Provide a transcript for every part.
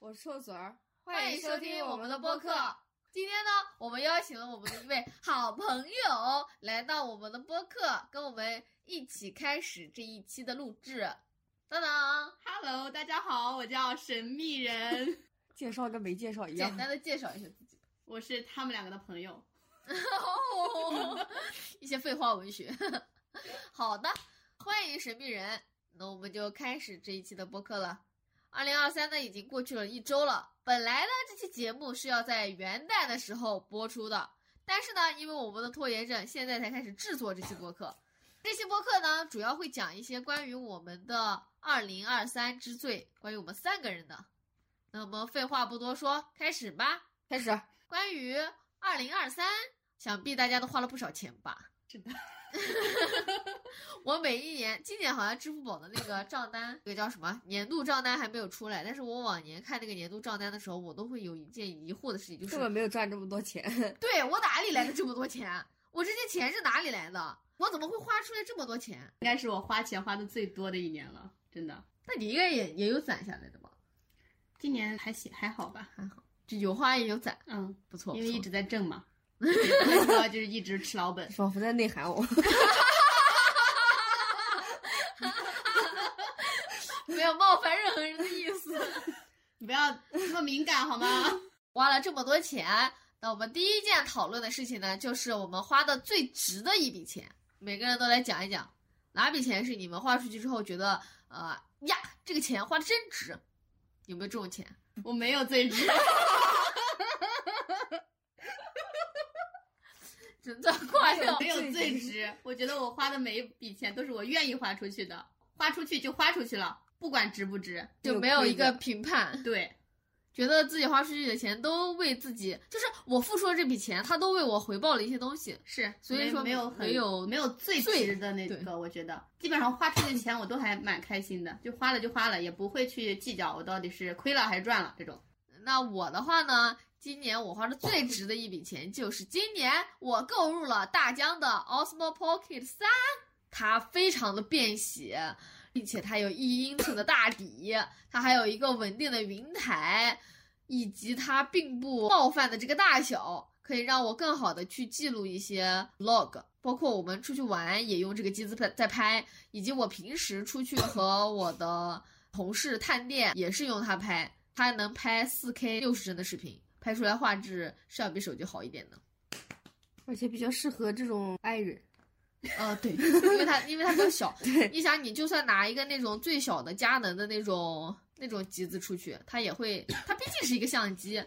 我是臭嘴儿，欢迎收听我们的播客。今天呢，我们邀请了我们的一位好朋友来到我们的播客，跟我们一起开始这一期的录制。当当， Hello，大家好，我叫神秘 人，介绍跟没介绍一简样。单的介绍一下自己。我是他们两个的朋友。哦， 一些废话文学。好的，欢迎神秘人。那我们就开始这一期的播客了。二零二三呢，已经过去了一周了。本来呢，这期节目是要在元旦的时候播出的，但是呢，因为我们的拖延症，现在才开始制作这期播客。这期播客呢，主要会讲一些关于我们的二零二三之最，关于我们三个人的。那么废话不多说，开始吧。开始，关于二零二三，想必大家都花了不少钱吧？是的， 我每一年，今年好像支付宝的那个账单，那个叫什么年度账单还没有出来，但是我往年看那个年度账单的时候，我都会有一件疑惑的事情，就根本是没有赚这么多钱。对我哪里来的这么多钱？啊我这些钱是哪里来的？我怎么会花出来这么多钱？啊应该是我花钱花的最多的一年了，真的。那你应该也也有攒下来的吧？今年还行，还好吧？就有花也有攒，嗯，不错，因为不错一直在挣 嘛，所以说就是一直吃老本。仿佛在内涵我，没有冒犯任何人的意思。你不要这么敏感好 吗？花了这么多钱，那我们第一件讨论的事情呢，就是我们花的最值的一笔钱。每个人都来讲一讲，哪笔钱是你们花出去之后觉得，呃呀，这个钱花的真值？有没有这种钱？我没有 最值，真的快乐 没有最值。我觉得我花的每一笔钱都是我愿意花出去的，花出去就花出去了，不管值不值。就没有一个评判，对，觉得自己花出去的钱都为自己，就是我付出了这笔钱，他都为我回报了一些东西。是，所以没说没有很没有没有最最值的那对个，我觉得基本上花出去的钱我都还蛮开心的，就花了就花了，也不会去计较我到底是亏了还是赚了这种。那我的话呢，今年我花的最值的一笔钱就是今年我购入了大疆的 Osmo Pocket 三，它非常的便携，并且它有一英寸的大底，它还有一个稳定的云台，以及它并不冒犯的这个大小，可以让我更好的去记录一些 log。包括我们出去玩也用这个机子在在拍，以及我平时出去和我的同事探店也是用它拍，它能拍 4K 六十帧的视频，拍出来画质是要比手机好一点的。而且比较适合这种爱人。，呃，对，因为它因为它比较小 对你想，你就算拿一个那种最小的佳能的那种那种机子出去，它也会，它毕竟是一个相机，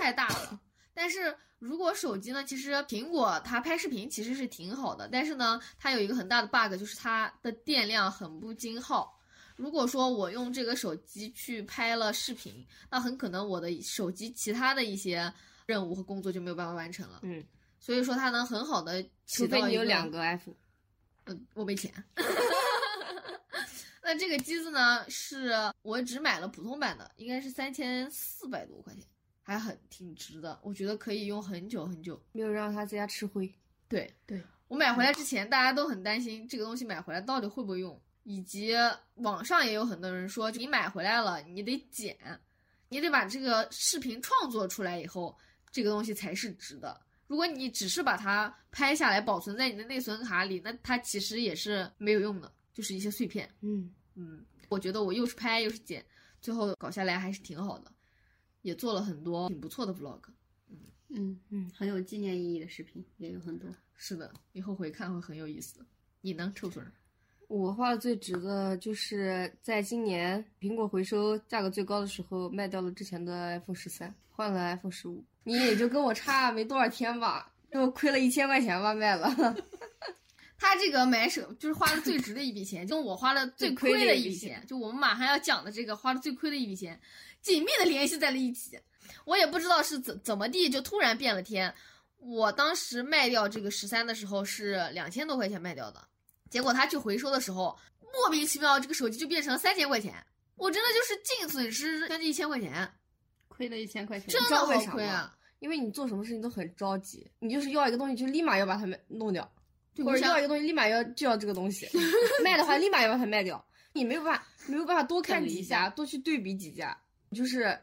太大了。但是如果手机呢，其实苹果它拍视频其实是挺好的，但是呢，它有一个很大的 bug，就是它的电量很不经耗。如果说我用这个手机去拍了视频，那很可能我的手机其他的一些任务和工作就没有办法完成了。嗯，所以说它能很好的，除非你有两个 iPhone，嗯，我没钱。 那这个机子呢，是我只买了普通版的，应该是三千四百多块钱，还很挺值的，我觉得可以用很久很久。没有让他在家吃灰。对对，我买回来之前，大家都很担心这个东西买回来到底会不会用，以及网上也有很多人说，你买回来了，你得剪，你得把这个视频创作出来以后，这个东西才是值的。如果你只是把它拍下来保存在你的内存卡里，那它其实也是没有用的，就是一些碎片。嗯，嗯，我觉得我又是拍又是剪，最后搞下来还是挺好的，也做了很多挺不错的 vlog。嗯嗯，很有纪念意义的视频也有很多。是的，以后回看会很有意思。你能臭嘴儿？我花的最值的就是在今年苹果回收价格最高的时候卖掉了之前的 iPhone 十三，换了 iPhone 十五。你也就跟我差没多少天吧，就亏了一千块钱吧，卖了。他这个买手就是花的最值的一笔钱，跟我花了最亏的一笔最亏的一钱，就我们马上要讲的这个花了最亏的一笔钱，紧密的联系在了一起。我也不知道是怎怎么地就突然变了天。我当时卖掉这个十三的时候是两千多块钱卖掉的，结果他去回收的时候，莫名其妙这个手机就变成三千块钱，我真的就是净损失将近一千块钱，亏了一千块钱，真知的好道为啥亏啊！因为你做什么事情都很着急，你就是要一个东西就立马要把它们弄掉，对或我者想要一个东西立马要就要这个 东西，卖的话立马要把它卖掉，你没有办法没有办法多看等一几下家，多去对比几家，就是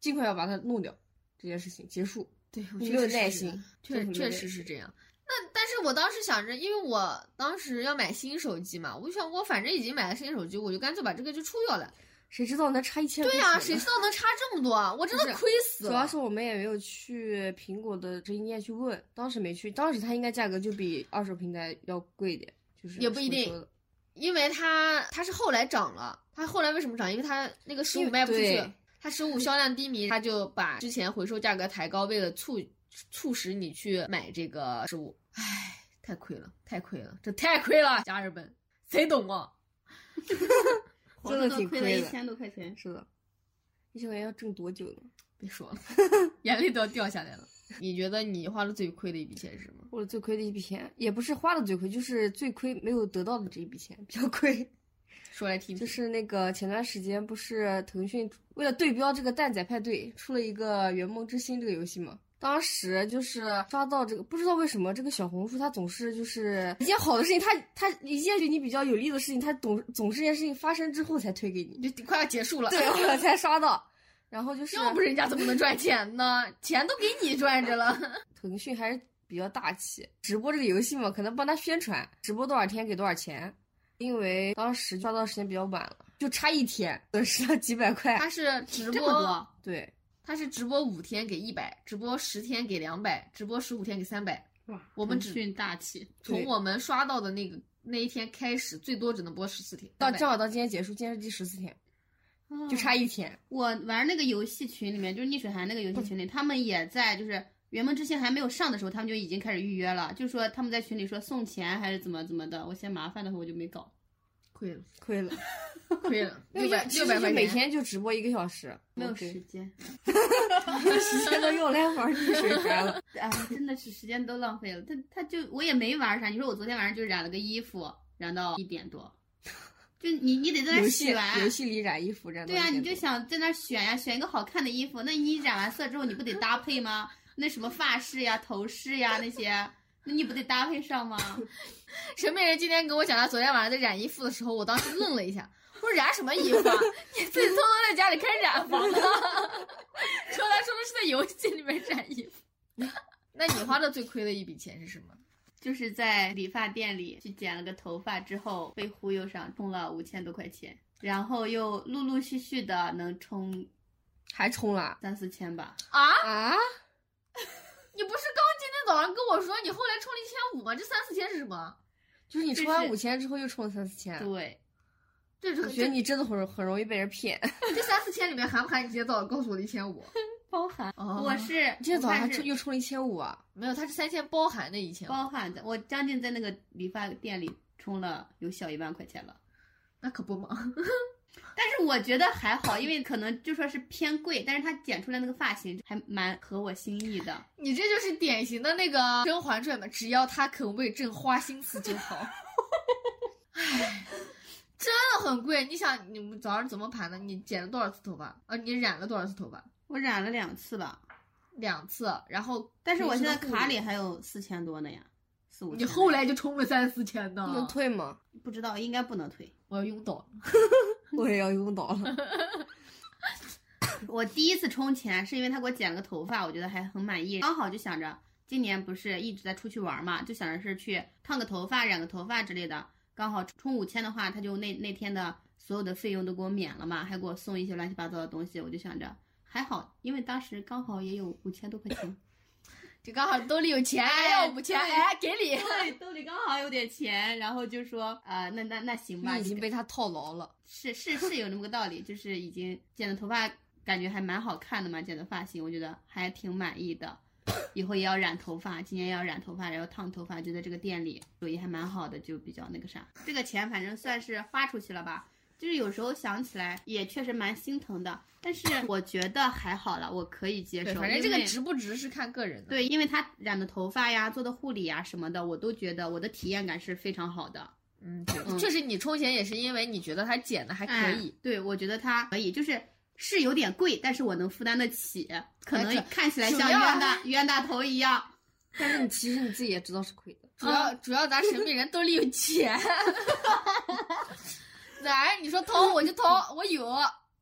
尽快要把它弄掉，这件事情结束。对，我你确没有实是耐这样心，确真的没确有实耐是这样。那但是我当时想着，因为我当时要买新手机嘛，我就想我反正已经买了新手机，我就干脆把这个就出掉了。谁知道能差一千？对呀、谁知道能差这么多啊？我真不的是亏死主了。要是我们也没有去苹果的直营店去问，当时没去，当时它应该价格就比二手平台要贵一点，就是也不一定说的因为它它是后来涨了，它后来为什么涨？因为它那个十因五为卖不出去对，它十五销量低迷，它就把之前回收价格抬高，为了促促使你去买这个十五。唉，太亏了，太亏了，这太亏了，家人们，谁懂啊？真的活着挺都亏了亏一的千多块钱。是的，一千块钱要挣多久呢？别说了， 眼泪都要掉下来了。你觉得你花了最亏的一笔钱是什么？我最亏的一笔钱，也不是花的最亏，就是最亏没有得到的这一笔钱比较亏。 说来听听。就是那个前段时间不是腾讯为了对标这个蛋仔派对出了一个《圆梦之星》这个游戏嘛？当时就是刷到这个，不知道为什么这个小红书它总是就是一件好的事情，它它一件对你比较有利的事情，它总总是这件事情发生之后才推给你，你就快要结束了， 对，我才刷到。然后就 是要不人家怎么能赚钱呢？钱都给你赚着 了。腾讯还是比较大气，直播这个游戏嘛，可能帮他宣传，直播多少天给多少钱。因为当时刷到的时间比较晚了，就差一天，损失了几百块。他是直这么播，多，对，他是直播五天给一百，直播十天给两百，直播十五天给三百。哇，我们腾只讯大气，从对我们刷到的那个那一天开始，最多只能播十四天。到300正好到今天结束，今天是第十四天，就差一天。哦我玩那个游戏群里面，就是逆水寒那个游戏群里，他们也在就是《圆梦之星》还没有上的时候，他们就已经开始预约了，就说他们在群里说送钱还是怎么怎么的，我嫌麻烦的话我就没搞。亏了，亏了，亏了，嗯 那六就百其六实百就块每钱。天就直播一个小时，没有对时，间， 时间都用来玩逆 水寒了。哎，真的是时间都浪费了。他他就我也没玩啥，你说我昨天晚上就染了个衣服，染到一 点多，就你你得在那游儿戏选，游戏里染衣服染到对啊，一点你就多想在那儿选呀、选一个好看的衣服。那你染完色之后，你不得搭配吗？那什么发饰呀、头饰呀那些，那你不得搭配 上吗？沈美人今天跟我讲她昨天晚上在染衣服的时候，我当时愣了一下，我说染什么衣服啊？你自己偷偷在家里开始染房了？说她说的是在游戏里面染衣服。那你花的最亏的一笔钱是什么？ 就是在理发店里去剪了个头发之后，被忽悠上充了五千多块钱，然后又陆陆续续的能充还充了三四千吧。啊？啊？你不是刚今天早上跟我说你后来充了一千五吗？这三四千是什么？就是你这充完是五千之后又充了三四哎千，对，这我这觉得这你真的很很容易被人骗。 这三四千里面含不含你今天早上告诉我的一千五？包含。哦我是今天早上还我看是充又充了一千五啊！没有，它是三千包含的一千五，包含的，我将近在那个理发店里充了有小一万块钱了。那可不嘛。但是我觉得还好，因为可能就说是偏贵，但是他剪出来那个发型还蛮合我心意的。你这就是典型的那个《甄嬛传》嘛，只要他肯为朕花心思就 好。唉，真的很贵。你想，你们早上怎么盘的？你剪了多少次头发？呃，你染了多少次头发？我染了两次吧，两次。然后，但是我现在卡里还有四千多呢呀，四五千呢。你后来就充了三四千呢，能退 吗？不知道，应该不能退。我要晕倒了。我也要用到 了。我第一次充钱是因为他给我剪了个头发，我觉得还很满意，刚好就想着今年不是一直在出去玩嘛，就想着是去烫个头发、染个头发之类的。刚好充五千的话，他就那那天的所有的费用都给我免了嘛，还给我送一些乱七八糟的东西，我就想着还好，因为当时刚好也有五千多块钱，就刚好兜里有钱，哎要五千，对哎，给你。 对，兜里刚好有点钱，然后就说呃，那那那行吧，你已就经被他套牢了，是是是有那么个道理，就是已经剪的头发感觉还蛮好看的嘛，剪的发型我觉得还挺满意的。以后也要染头发，今年也要染头发，然后烫头发，就在这个店里，手艺还蛮好的，就比较那个啥。这个钱反正算是花出去了吧，就是有时候想起来也确实蛮心疼的，但是我觉得还好了，我可以接对，受。反正这因个为值不值是看个人的。，对，因为他染的头发呀，做的护理呀什么的，我都觉得我的体验感是非常好的。嗯，对嗯确实你充钱也是因为你觉得他剪的还可以哎。对，我觉得它可以，就是是有点贵，但是我能负担得起，可能哎看起来主像要冤大冤大头一样。但是你其实你自己也知道是亏的。主要、主要咱神秘人兜里有钱， 哪儿你说偷我就偷，我有，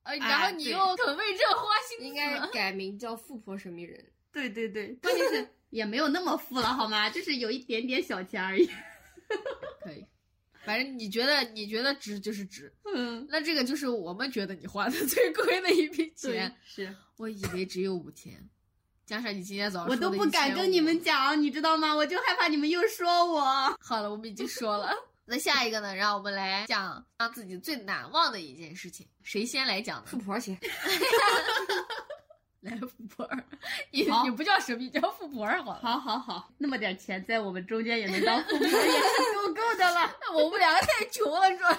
呃，然后哎你对哎又肯为朕花心思，应应 该改名叫富婆神秘人。对对对，关键 是也没有那么富了好吗？就是有一点点小 钱而已。可以。反正你觉得你觉得值就是值，嗯，那这个就是我们觉得你花的 最贵的一笔对钱。，是我以为只有五千，加上你今天早上我说都的不敢1500跟你们。讲，你知道吗？我就害怕你们又说我。好了，我们已经说了。 那下一个呢？让我们来讲让自己最难忘的一件事情。谁先来讲富呢？婆钱，来，富婆儿，你好你不叫神秘，叫富婆儿好了。好好好，那么点钱在我们中间也能当 富婆，也是够够的了。那我们两个太穷了，主要是。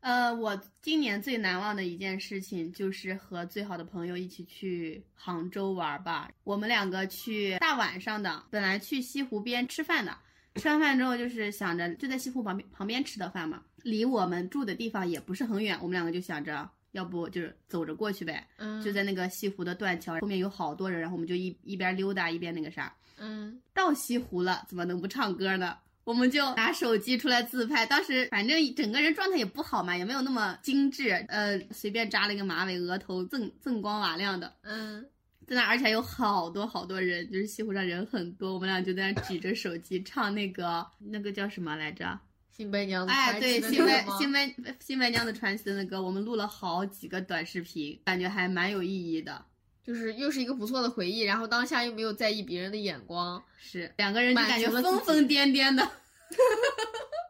呃，我今年最难忘的一件事情就是和最好的朋友一起去杭州玩儿吧。我们两个去大晚上的，本来去西湖边吃饭的，吃完饭之后就是想着就在西湖旁边旁边吃的饭嘛，离我们住的地方也不是很远，我们两个就想着要不就是走着过去呗，嗯就在那个西湖的断桥后面有好多人，然后我们就一一边溜达一边那个啥，嗯，到西湖了，怎么能不唱歌呢？我们就拿手机出来自拍，当时反正整个人状态也不好嘛，也没有那么精致，呃，随便扎了一个马尾，额头锃锃光瓦亮的，嗯，在那，而且有好多好多人，就是西湖上人很多，我们俩就在那举着手机唱那个那个叫什么来着？新白娘子哎，传对，奇的那新个白吗新白新白娘子传奇的那歌，我们录了好几个短视频，感觉还蛮有意义的。就是又是一个不错的回忆，然后当下又没有在意别人的眼光，是两个人就满感觉足了自疯己疯癫癫的，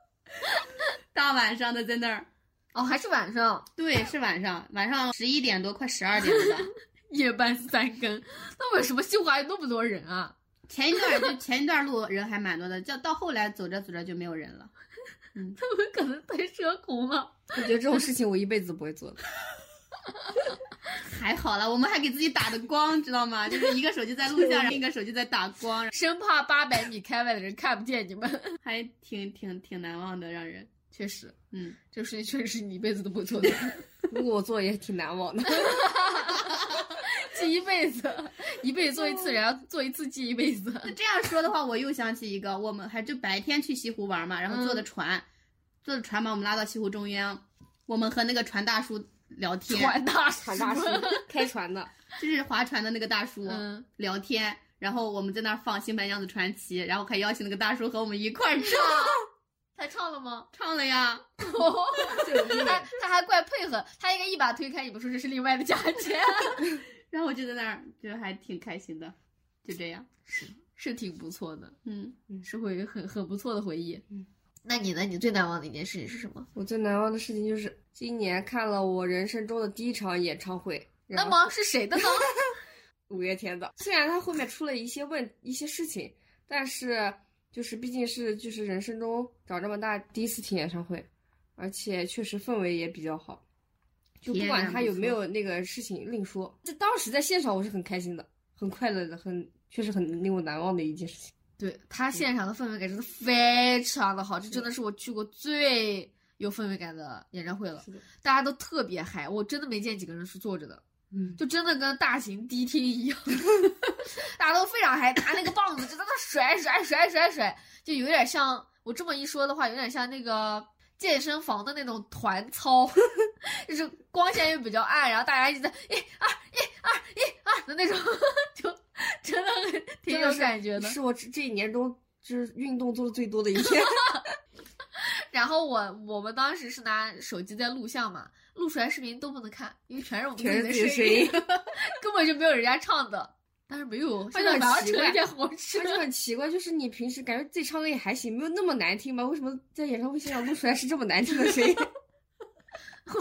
大晚上的在那儿。哦，还是晚上对，是晚上，晚上十一点多，快十二点了吧。夜半三更，那为什么西湖还有那么多人啊？ 前一段就前一段路人还蛮多的，叫到后来走着走着就没有人了。他们可能太社恐了。我觉得这种事情我一辈子不会做的。还好了，我们还给自己打的光，知道吗？就是一个手机在录像，然后另一个手机在打光，生怕八百米开外的人看不见你们。还挺挺挺难忘的，让人确实，嗯。这事情确实是你一辈子都不会做的，如果我做也挺难 忘的。 记一辈子，一辈子做一次，然后做一次记一辈子。那这样说的话，我又想起一个，我们还就白天去西湖玩嘛，然后嗯坐的船，坐的船把我们拉到西湖中央，我们和那个船大叔聊天，船大船大叔 开船的，就是划船的那个大叔、嗯，聊天，然后我们在那儿放《新白娘子传奇》，然后还邀请那个大叔和我们一块 儿唱， 他唱了吗？ 唱了呀，他他还怪配合，他应该一把推开你们说这是另外的价钱。 然后我就在那儿就还挺开心的，就这样，是挺不错的，嗯，是会很很不错的回忆。嗯，那你呢？你最难忘的一件事情是什么？ 我最难忘的事情就是今年看了我人生中的第一场演唱会。然那后么是谁的呢？五月天的，虽然他后面出了一些问一些事情，但是就是毕竟是就是人生中长这么大第一次听演唱会，而且确实氛围也比较好，就体不验管感他不有错没有那个事情另说。这当时在现场我是很开心的，很快乐的，很确实很令我难忘的一件事情。 对他现场的氛围感真的非常的好，这真的是我去过最有氛围感的演唱会了。的，大家都特别嗨，我真的没见几个人是坐着的，嗯，就真的跟大型迪厅一样， 大家都非常嗨，拿那个棒子就在那甩甩甩甩甩，就有点像我这么一说的话，有点像那个健身房的那种团操， 就是光线又比较暗，然后大家一直在一二一二一二的那种， 就真的很挺真有的是感觉的。是我这这一年中就是运动做的最多的一天。然后我我们当时是拿手机在录像嘛，录出来视频都不能看，因为全是我们全是自自己己的的声声音音，根本就没有人家唱的。但是没有，而现在且很反而成奇了怪一件好事而。且很奇怪，就是你平时感觉自己唱歌也还行，没有那么难听吧？为什么在演唱会现场录出来是这么难听的声音？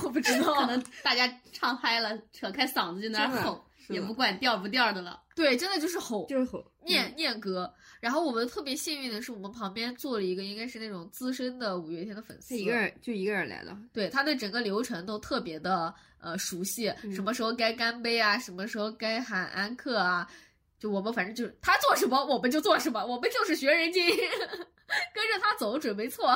我不 知可道，能大家唱嗨了，扯开嗓子就在那真儿的吼，是也的不管调不调的了。对，真的就是吼就是嗯吼，念念歌。然后我们特别幸运的是，我们旁边坐了一个应该是那种资深的五月天的粉他丝，一个人就一个人来了，对他对整个流程都特别的呃熟悉，嗯什么时候该干杯啊，什么时候该喊安克啊，就我们反正就是他做什么我们就做什么，我们就是学人精， 跟着他走准没错。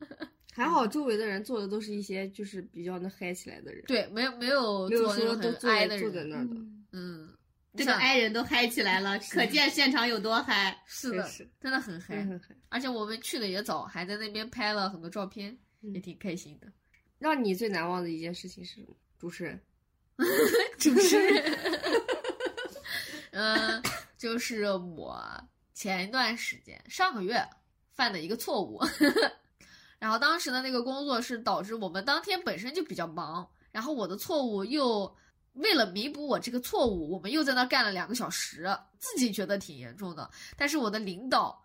还嗯好周围的人坐的都是一些就是比较能嗨起来的人，对，没有没有没有做那说种都很坐哀在的坐在人，那儿的，嗯，这个像哀人都嗨起来了，可见现场有多嗨。是真的，是嗯真的很嗨真，很嗨。而且我们去的也早，还在那边拍了很多照片，嗯也挺开心的。让你最难忘的一件事情是什么？主持人， 主持人，嗯就是我前一段时间上个月犯的一个错误。 然后当时的那个工作是导致我们当天本身就比较忙，然后我的错误又为了弥补我这个错误，我们又在那儿干了两个小时，自己觉得挺严重的。但是我的领导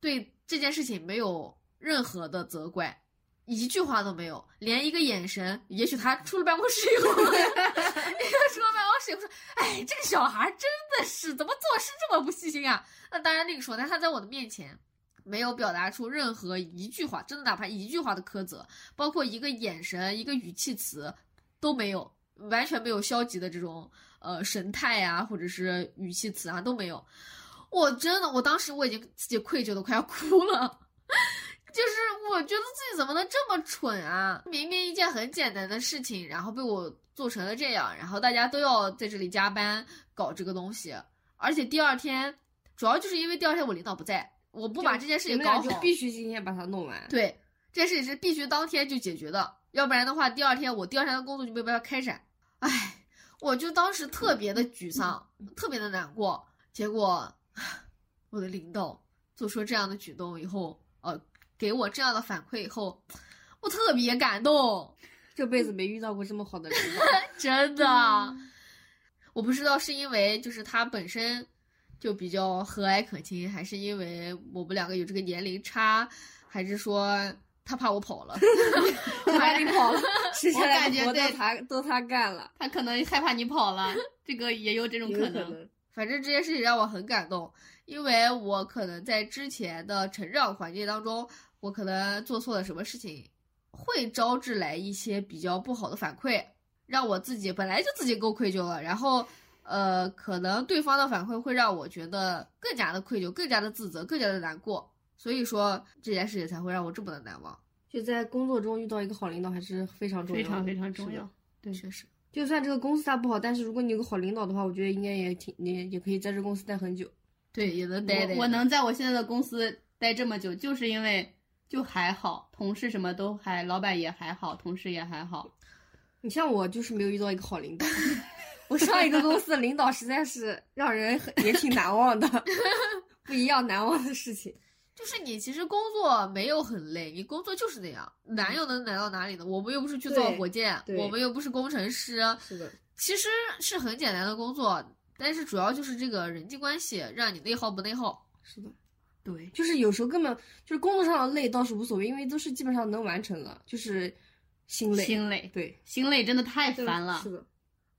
对这件事情没有任何的责怪，一句话都没有，连一个眼神，也许他出了办公室以后， 应该出了办公室以后说：“哎，这个小孩真的是怎么做事这么不细心啊？”那当然另说，但他在我的面前。没有表达出任何一句话，真的哪怕一句话的苛责，包括一个眼神、一个语气词都没有，完全没有消极的这种呃神态啊，或者是语气词啊都没有。我真的，我当时我已经自己愧疚的快要哭了， 就是我觉得自己怎么能这么蠢啊！明明一件很简单的事情，然后被我做成了这样，然后大家都要在这里加班搞这个东西，而且第二天主要就是因为第二天我领导不在。我不把这件事情搞就好，必须今天把它弄完。对，这件事情是必须当天就解决的，要不然的话，第二天我第二天的工作就没办法开展。唉，我就当时特别的沮丧，特别的难过。结果，我的领导做出这样的举动以后，呃，给我这样的反馈以后，我特别感动，这辈子没遇到过这么好的人。 真的。我不知道是因为就是他本身就比较和蔼可亲，还是因为我们两个有这个年龄差，还是说他怕我跑了？我把你跑了，接下来我感觉的活都对他都他干了，他可能害怕你跑了，这个也有这种有可能能。反正这件事情让我很感动，因为我可能在之前的成长环境当中，我可能做错了什么事情，会招致来一些比较不好的反馈，让我自己本来就自己够愧疚了，然后，呃，可能对方的反馈会让我觉得更加的愧疚，更加的自责，更加的难过，所以说这件事情才会让我这么的难忘。就在工作中遇到一个好领导还是非常重要非的，常非常重是的要。。对确实，就算这个公司它不好，但是如果你有个好领导的话，我觉得应该也挺也也可以在这公司待很久。对，也能待我得我能在我现在的公司待这么久，就是因为就还好，同事什么都还，老板也还好，同事也还好。你像我就是没有遇到一个好领导， 我上一个公司的领导实在是让人很也挺难忘的， 不一样难忘的事情。就是你其实工作没有很累，你工作就是那样，嗯难又能难到哪里呢？我们又不是去造火箭，对对我们又不是工程师，是的，其实是很简单的工作，但是主要就是这个人际关系让你内耗不内耗。是的，对，就是有时候根本就是工作上的累倒是无所谓，因为都是基本上能完成了，就是心累。心累，对，心累真的太烦了是，的，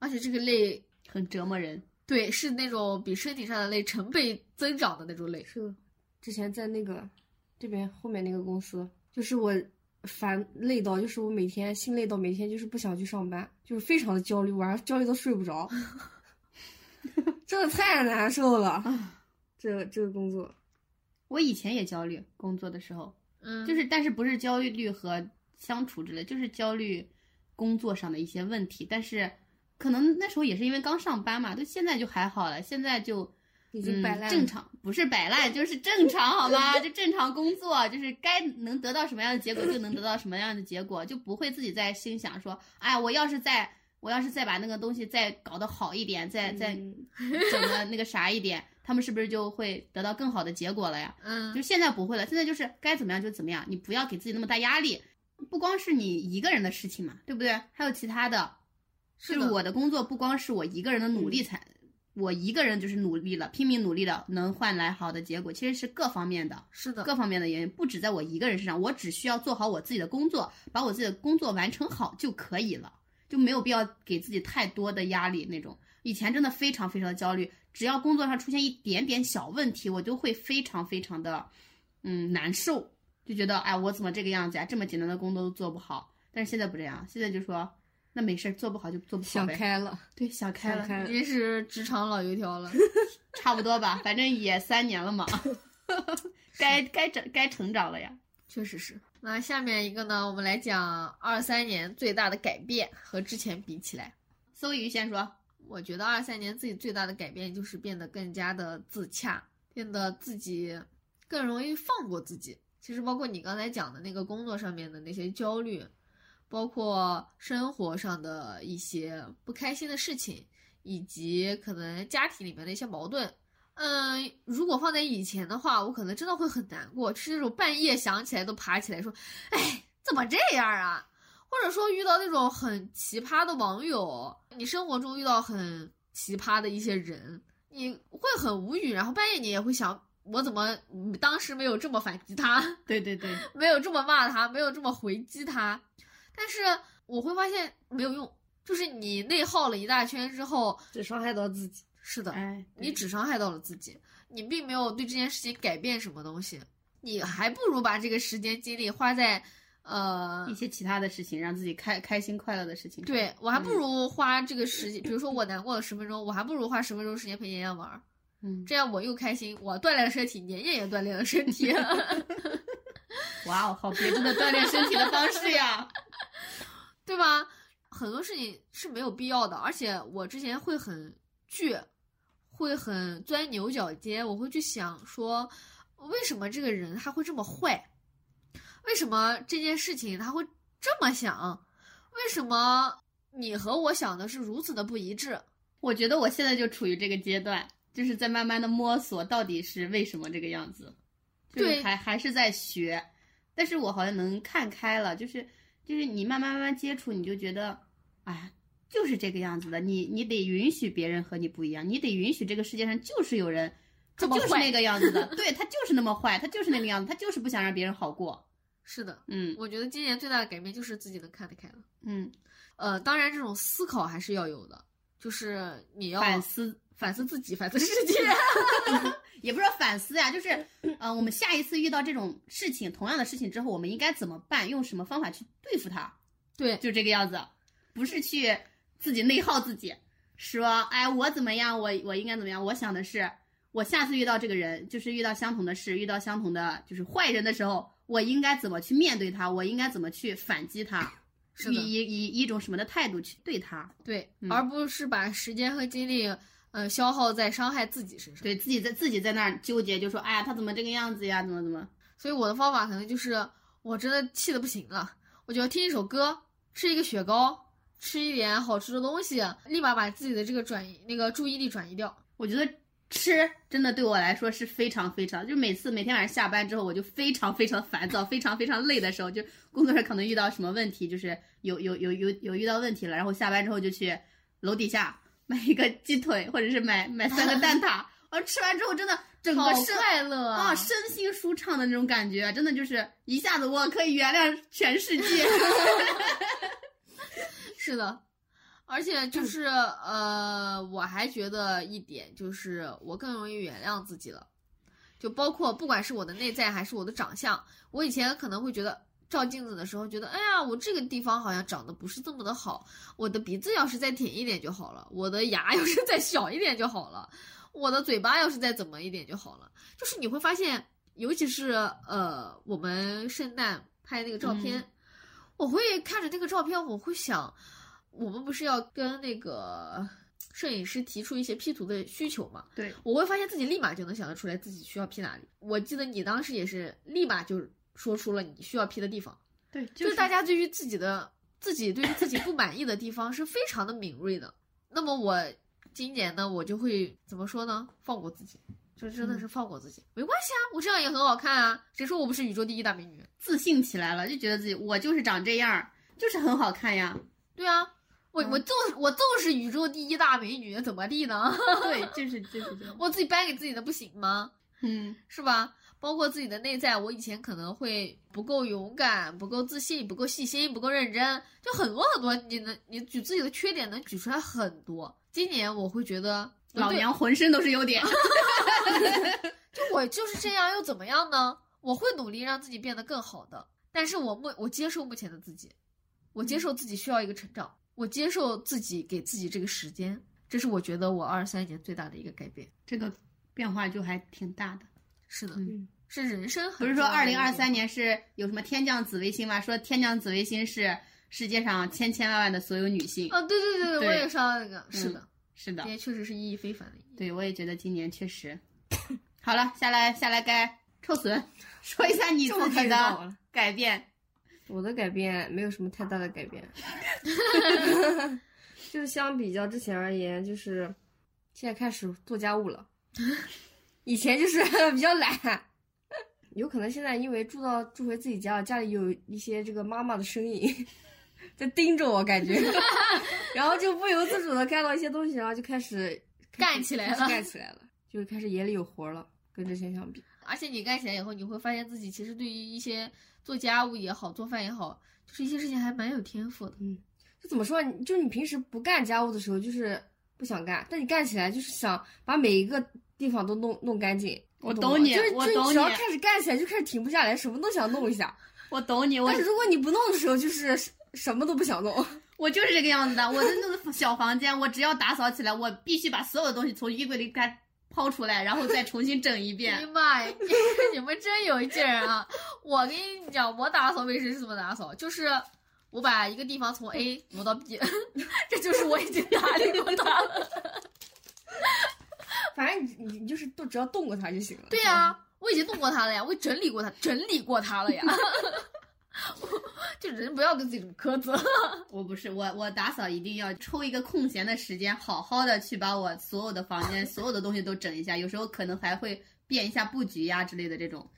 而且这个累，很折磨人。对，是那种比身体上的累成倍增长的那种累。是的。之前在那个这边后面那个公司，就是我烦累到，就是我每天心累到每天就是不想去上班，就是非常的焦虑，晚上焦虑到睡不 着，真的太难受 了。这个这个工作，我以前也焦虑，工作的时候嗯，就是，但是不是焦虑和相处之类，就是焦虑工作上的一些问题。但是可能那时候也是因为刚上班嘛，就现在就还好了，现在就已经摆烂了嗯，正常不是摆烂，就是正常，好吗？就正常工作，就是该能得到什么样的结果就能得到什么样的结果，就不会自己在心想说，哎，我要是再我要是再把那个东西再搞得好一点，再再嗯 整的那个啥一点，他们是不是就会得到更好的结果了呀？就嗯，现在不会了，现在就是该怎么样就怎么样，你不要给自己那么大压力。不光是你一个人的事情嘛，对不对？还有其他的，是就是的嗯我的工作不光是我一个人的努力才，我一个人就是努力了，拼命努力了，能换来好的结果，其实是各方面的，是的，各方面的原因，不止在我一个人身上，我只需要做好我自己的工作，把我自己的工作完成好就可以了，就没有必要给自己太多的压力那种。以前真的非常非常的焦虑，只要工作上出现一点点小问题，我就会非常非常的，嗯，难受，就觉得哎，我怎么这个样子呀、这么简单的工作都做不好。但是现在不这样，现在就说那没事儿，做不好就做不好想呗。开了，对，想开想了，开了。你这是职场老油条 了。差不多吧，反正也三年 了嘛，该该长该成长了呀。确实是。那下面一个呢，我们来讲二三年最大的改变和之前比起来，搜鱼先说，我觉得二三年自己最大的改变就是变得更加的自洽，变得自己更容易放过自己。其实包括你刚才讲的那个工作上面的那些焦虑，包括生活上的一些不开心的事情，以及可能家庭里面的一些矛盾，嗯，如果放在以前的话，我可能真的会很难过，是那种半夜想起来都爬起来说，哎，怎么这样啊？或者说遇到那种很奇葩的网友，你生活中遇到很奇葩的一些人，你会很无语，然后半夜你也会想，我怎么嗯当时没有这么反击他？ 对对对，没有这么骂他，没有这么回击他，但是我会发现没有用，就是你内耗了一大圈之后，只伤害到自己。是的，哎，你只伤害到了自己，你并没有对这件事情改变什么东西，你还不如把这个时间精力花在，呃一，些其他的事情，让自己开开心快乐的事情。，嗯对我还不如花这个时间，比如说我难过了十分钟，我还不如花十分钟时间陪妍妍玩儿，嗯，这样我又开心，我锻炼了身体，妍妍也锻炼了身体。 哇哦，好别致的锻炼身体的方式呀！对吧？很多事情是没有必要的，而且我之前会很倔，会很钻牛角尖，我会去想说，为什么这个人他会这么坏？为什么这件事情他会这么想？为什么你和我想的是如此的不一致？我觉得我现在就处于这个阶段，就是在慢慢的摸索到底是为什么这个样子，就是对还还是在学，但是我好像能看开了，就是就是你慢慢慢慢接触，你就觉得，哎，就是这个样子的，你你得允许别人和你不一样，你得允许这个世界上就是有人。他这么就是坏那个样子的，对他就是那么坏，他就是那个样子，他就是不想让别人好过。是的，嗯我觉得今年最大的改变就是自己能看得开了。嗯，呃，当然这种思考还是要有的，就是你要反思反思自己，反思世 界。也不是说反思呀、就是，呃，我们下一次遇到这种事情，同样的事情之后，我们应该怎么办？用什么方法去对付它？对，就这个样子，不是去自己内耗自己，说，哎，我怎么样，我我应该怎么样？我想的是，我下次遇到这个人，就是遇到相同的事，遇到相同的就是坏人的时候，我应该怎么去面对他？我应该怎么去反击他？是以的以以一种什么的态度去对他？对，嗯而不是把时间和精力，呃，消耗在伤害自己身上。，对自己在自己在那儿纠结，就说，哎呀，他怎么这个样子呀？怎么怎么？所以我的方法可能就是，我真的气的不行了，我就要听一首歌，吃一个雪糕，吃一点好吃的东西，立马把自己的这个转移那个注意力转移掉。我觉得吃真的对我来说是非常非常，就每次每天晚上下班之后，我就非常非常烦躁，非常非常累的时候，就工作上可能遇到什么问题，就是有有有有有遇到问题了，然后下班之后就去楼底下 买一个鸡腿，或者是买买三个蛋挞，而吃完之后真的整好个身。快乐啊，身心舒畅的那种感觉，真的就是一下子我可以原谅全世 界。是的，而且嗯就是呃，我还觉得一点就是我更容易原谅自己了，就包括不管是我的内在还是我的长相，我以前可能会觉得。照镜子的时候，觉得哎呀，我这个地方好像长得不是这么的好，我的鼻子要是再挺一点就好了，我的牙要是再小一点就好了，我的嘴巴要是再怎么一点就好了。就是你会发现，尤其是呃，我们圣诞拍那个照片，我会看着那个照片，我会想，我们不是要跟那个摄影师提出一些 P 图的需求嘛？对，我会发现自己立马就能想得出来自己需要 P 哪里。我记得你当时也是立马就说出了你需要 P 的地方，对，就是大家对于自己的自己对于自己不满意的地方是非常的敏锐的。那么我今年呢，我就会怎么说呢？放过自己，就真的是放过自己，没关系啊，我这样也很好看啊，谁说我不是宇宙第一大美女？自信起来了，就觉得自己我就是长这样儿，就是很好看呀。 对啊，我嗯我就是我就是宇宙第一大美女，怎么地呢？ 对，就是就是这样。我自己掰给自己的不行吗？嗯，是吧？包括自己的内在，我以前可能会不够勇敢、不够自信、不够细心、不够认真，就很多很多，你能你举自己的缺点能举出来很多。今年我会觉得，呃老对娘浑身都是优点。 就我就是这样，又怎么样呢？我会努力让自己变得更好的，但是我目我接受目前的自己，我嗯接受自己需要一个成长，我接受自己给自己这个时间，这是我觉得我二三年最大的一个改变。这个变化就还挺大的，是的，嗯是人生很不是重说要二的一零二个三年是有什么天降紫微星吗？说天降紫微星是世界上千千万万的所有女性。啊，对对对，对嗯我也刷了那个，是的，是的今，天确实是意义非凡的一年。对我也觉得今年确实。好了，下来下来该臭损， 说一下你这么自开己始骂我的了改变。我的改变没有什么太大的改 变， 就是相比较之前而言，就是现在开始做家务了，以前就是 比较懒，有可能现在因为住到住回自己家，家里有一些这个妈妈的身影在盯着我，感觉， 然后就不由自主的看到一些东西，然后就开始干起来了开始干起来了，就是开始眼里有活了。跟之前相比，而且你干起来以后，你会发现自己其实对于一些做家务也好、做饭也好，就是一些事情还蛮有天赋的。就怎么说，你就是你平时不干家务的时候，就是不想干，但你干起来就是想把每一个地方都弄弄干净。我你懂吗你就是我就是懂只要你开始干起来就开始停不下来，什么都想弄一下。我懂你，我但是如果你不弄的时候，就是什什么都不想弄。 我就是这个样子的。我的那个小房间，我只要打扫起来，我必须把所有的东西从衣柜里给它抛出来，然后再重新整一你遍。妈哎呀， 你你们真有劲儿啊！我跟你讲，我打扫卫生是怎么打扫，就是我把一个地方从 A 挪到 B，这 就是我已经打理过它了。反正你你你就是都只要动过它就行了。对呀、啊我已经弄过它了呀，我整理过它，整理过它了呀。 就人不要跟自己这么苛责。 我不是我，我打扫一定要抽一个空闲的时间，好好的去把我所有的房间所有的东西都整一下。有时候可能还会变一下布局呀之类的这种。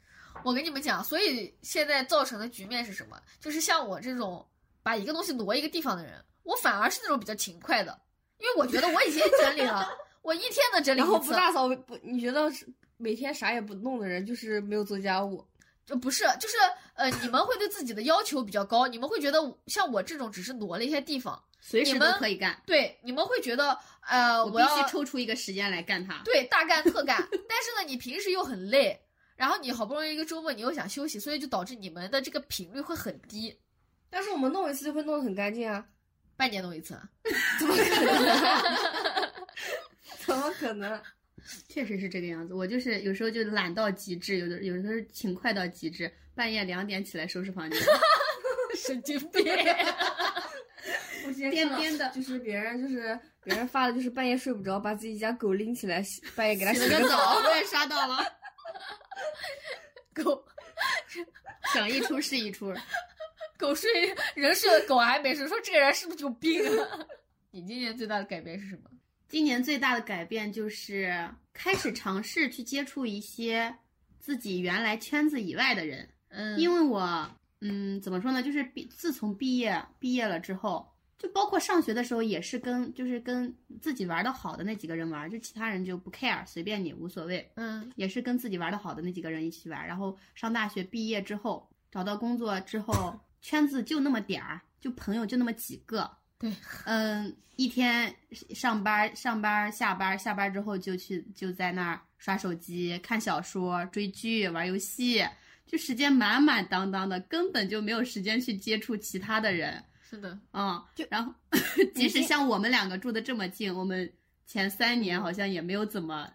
我跟你们讲，所以现在造成的局面是什么？就是像我这种把一个东西挪一个地方的人，我反而是那种比较勤快的，因为我觉得我已经整理了，我一天能整理嗯然后一不次。大扫不，你觉得是每天啥也不弄的人，就是没有做家务。呃，不是，就是呃，你们会对自己的要求比较高，你们会觉得像我这种只是挪了一些地方，随时你都们可以干，对，你们会觉得呃，我我必须要抽出一个时间来干它。对大干特干，但是呢，你平时又很累，然后你好不容易一个周末你又想休息，所以就导致你们的这个频率会很低，但是我们弄一次就会弄得很干净啊，半年弄一次。啊怎么可能？ 怎么可能？确实是这个样子，我就是有时候就懒到极致，有的有时候勤快到极致，半夜两点起来收拾 房间。神经病！ 我之前颠看到颠的就是别人就是别人发的，就是半夜睡不着，把自己家狗拎起来，洗半夜给它洗个澡。，我也刷到了， 狗想一出是一出。狗睡人睡了，狗还没睡，说这个人是不是有病啊？ 你今年最大的改变是什么？今年最大的改变就是开始尝试去接触一些自己原来圈子以外的人，嗯因为我，嗯，怎么说呢，就是毕自从毕业毕业了之后，就包括上学的时候也是跟就是跟自己玩的好的那几个人玩，就其他人就不 care，随便你无所谓。嗯也是跟自己玩的好的那几个人一起玩。然后上大学毕业之后，找到工作之后，圈子就那么点儿，就朋友就那么几个。对，嗯，一天上班、上班、下班、下班之后就去就在那儿刷手机、看小说、追剧、玩游戏，就时间满满当当的，根本就没有时间去接触其他的人。是的，嗯，就然后 即使像我们两个住的这么近，我们前三年好像也没有怎么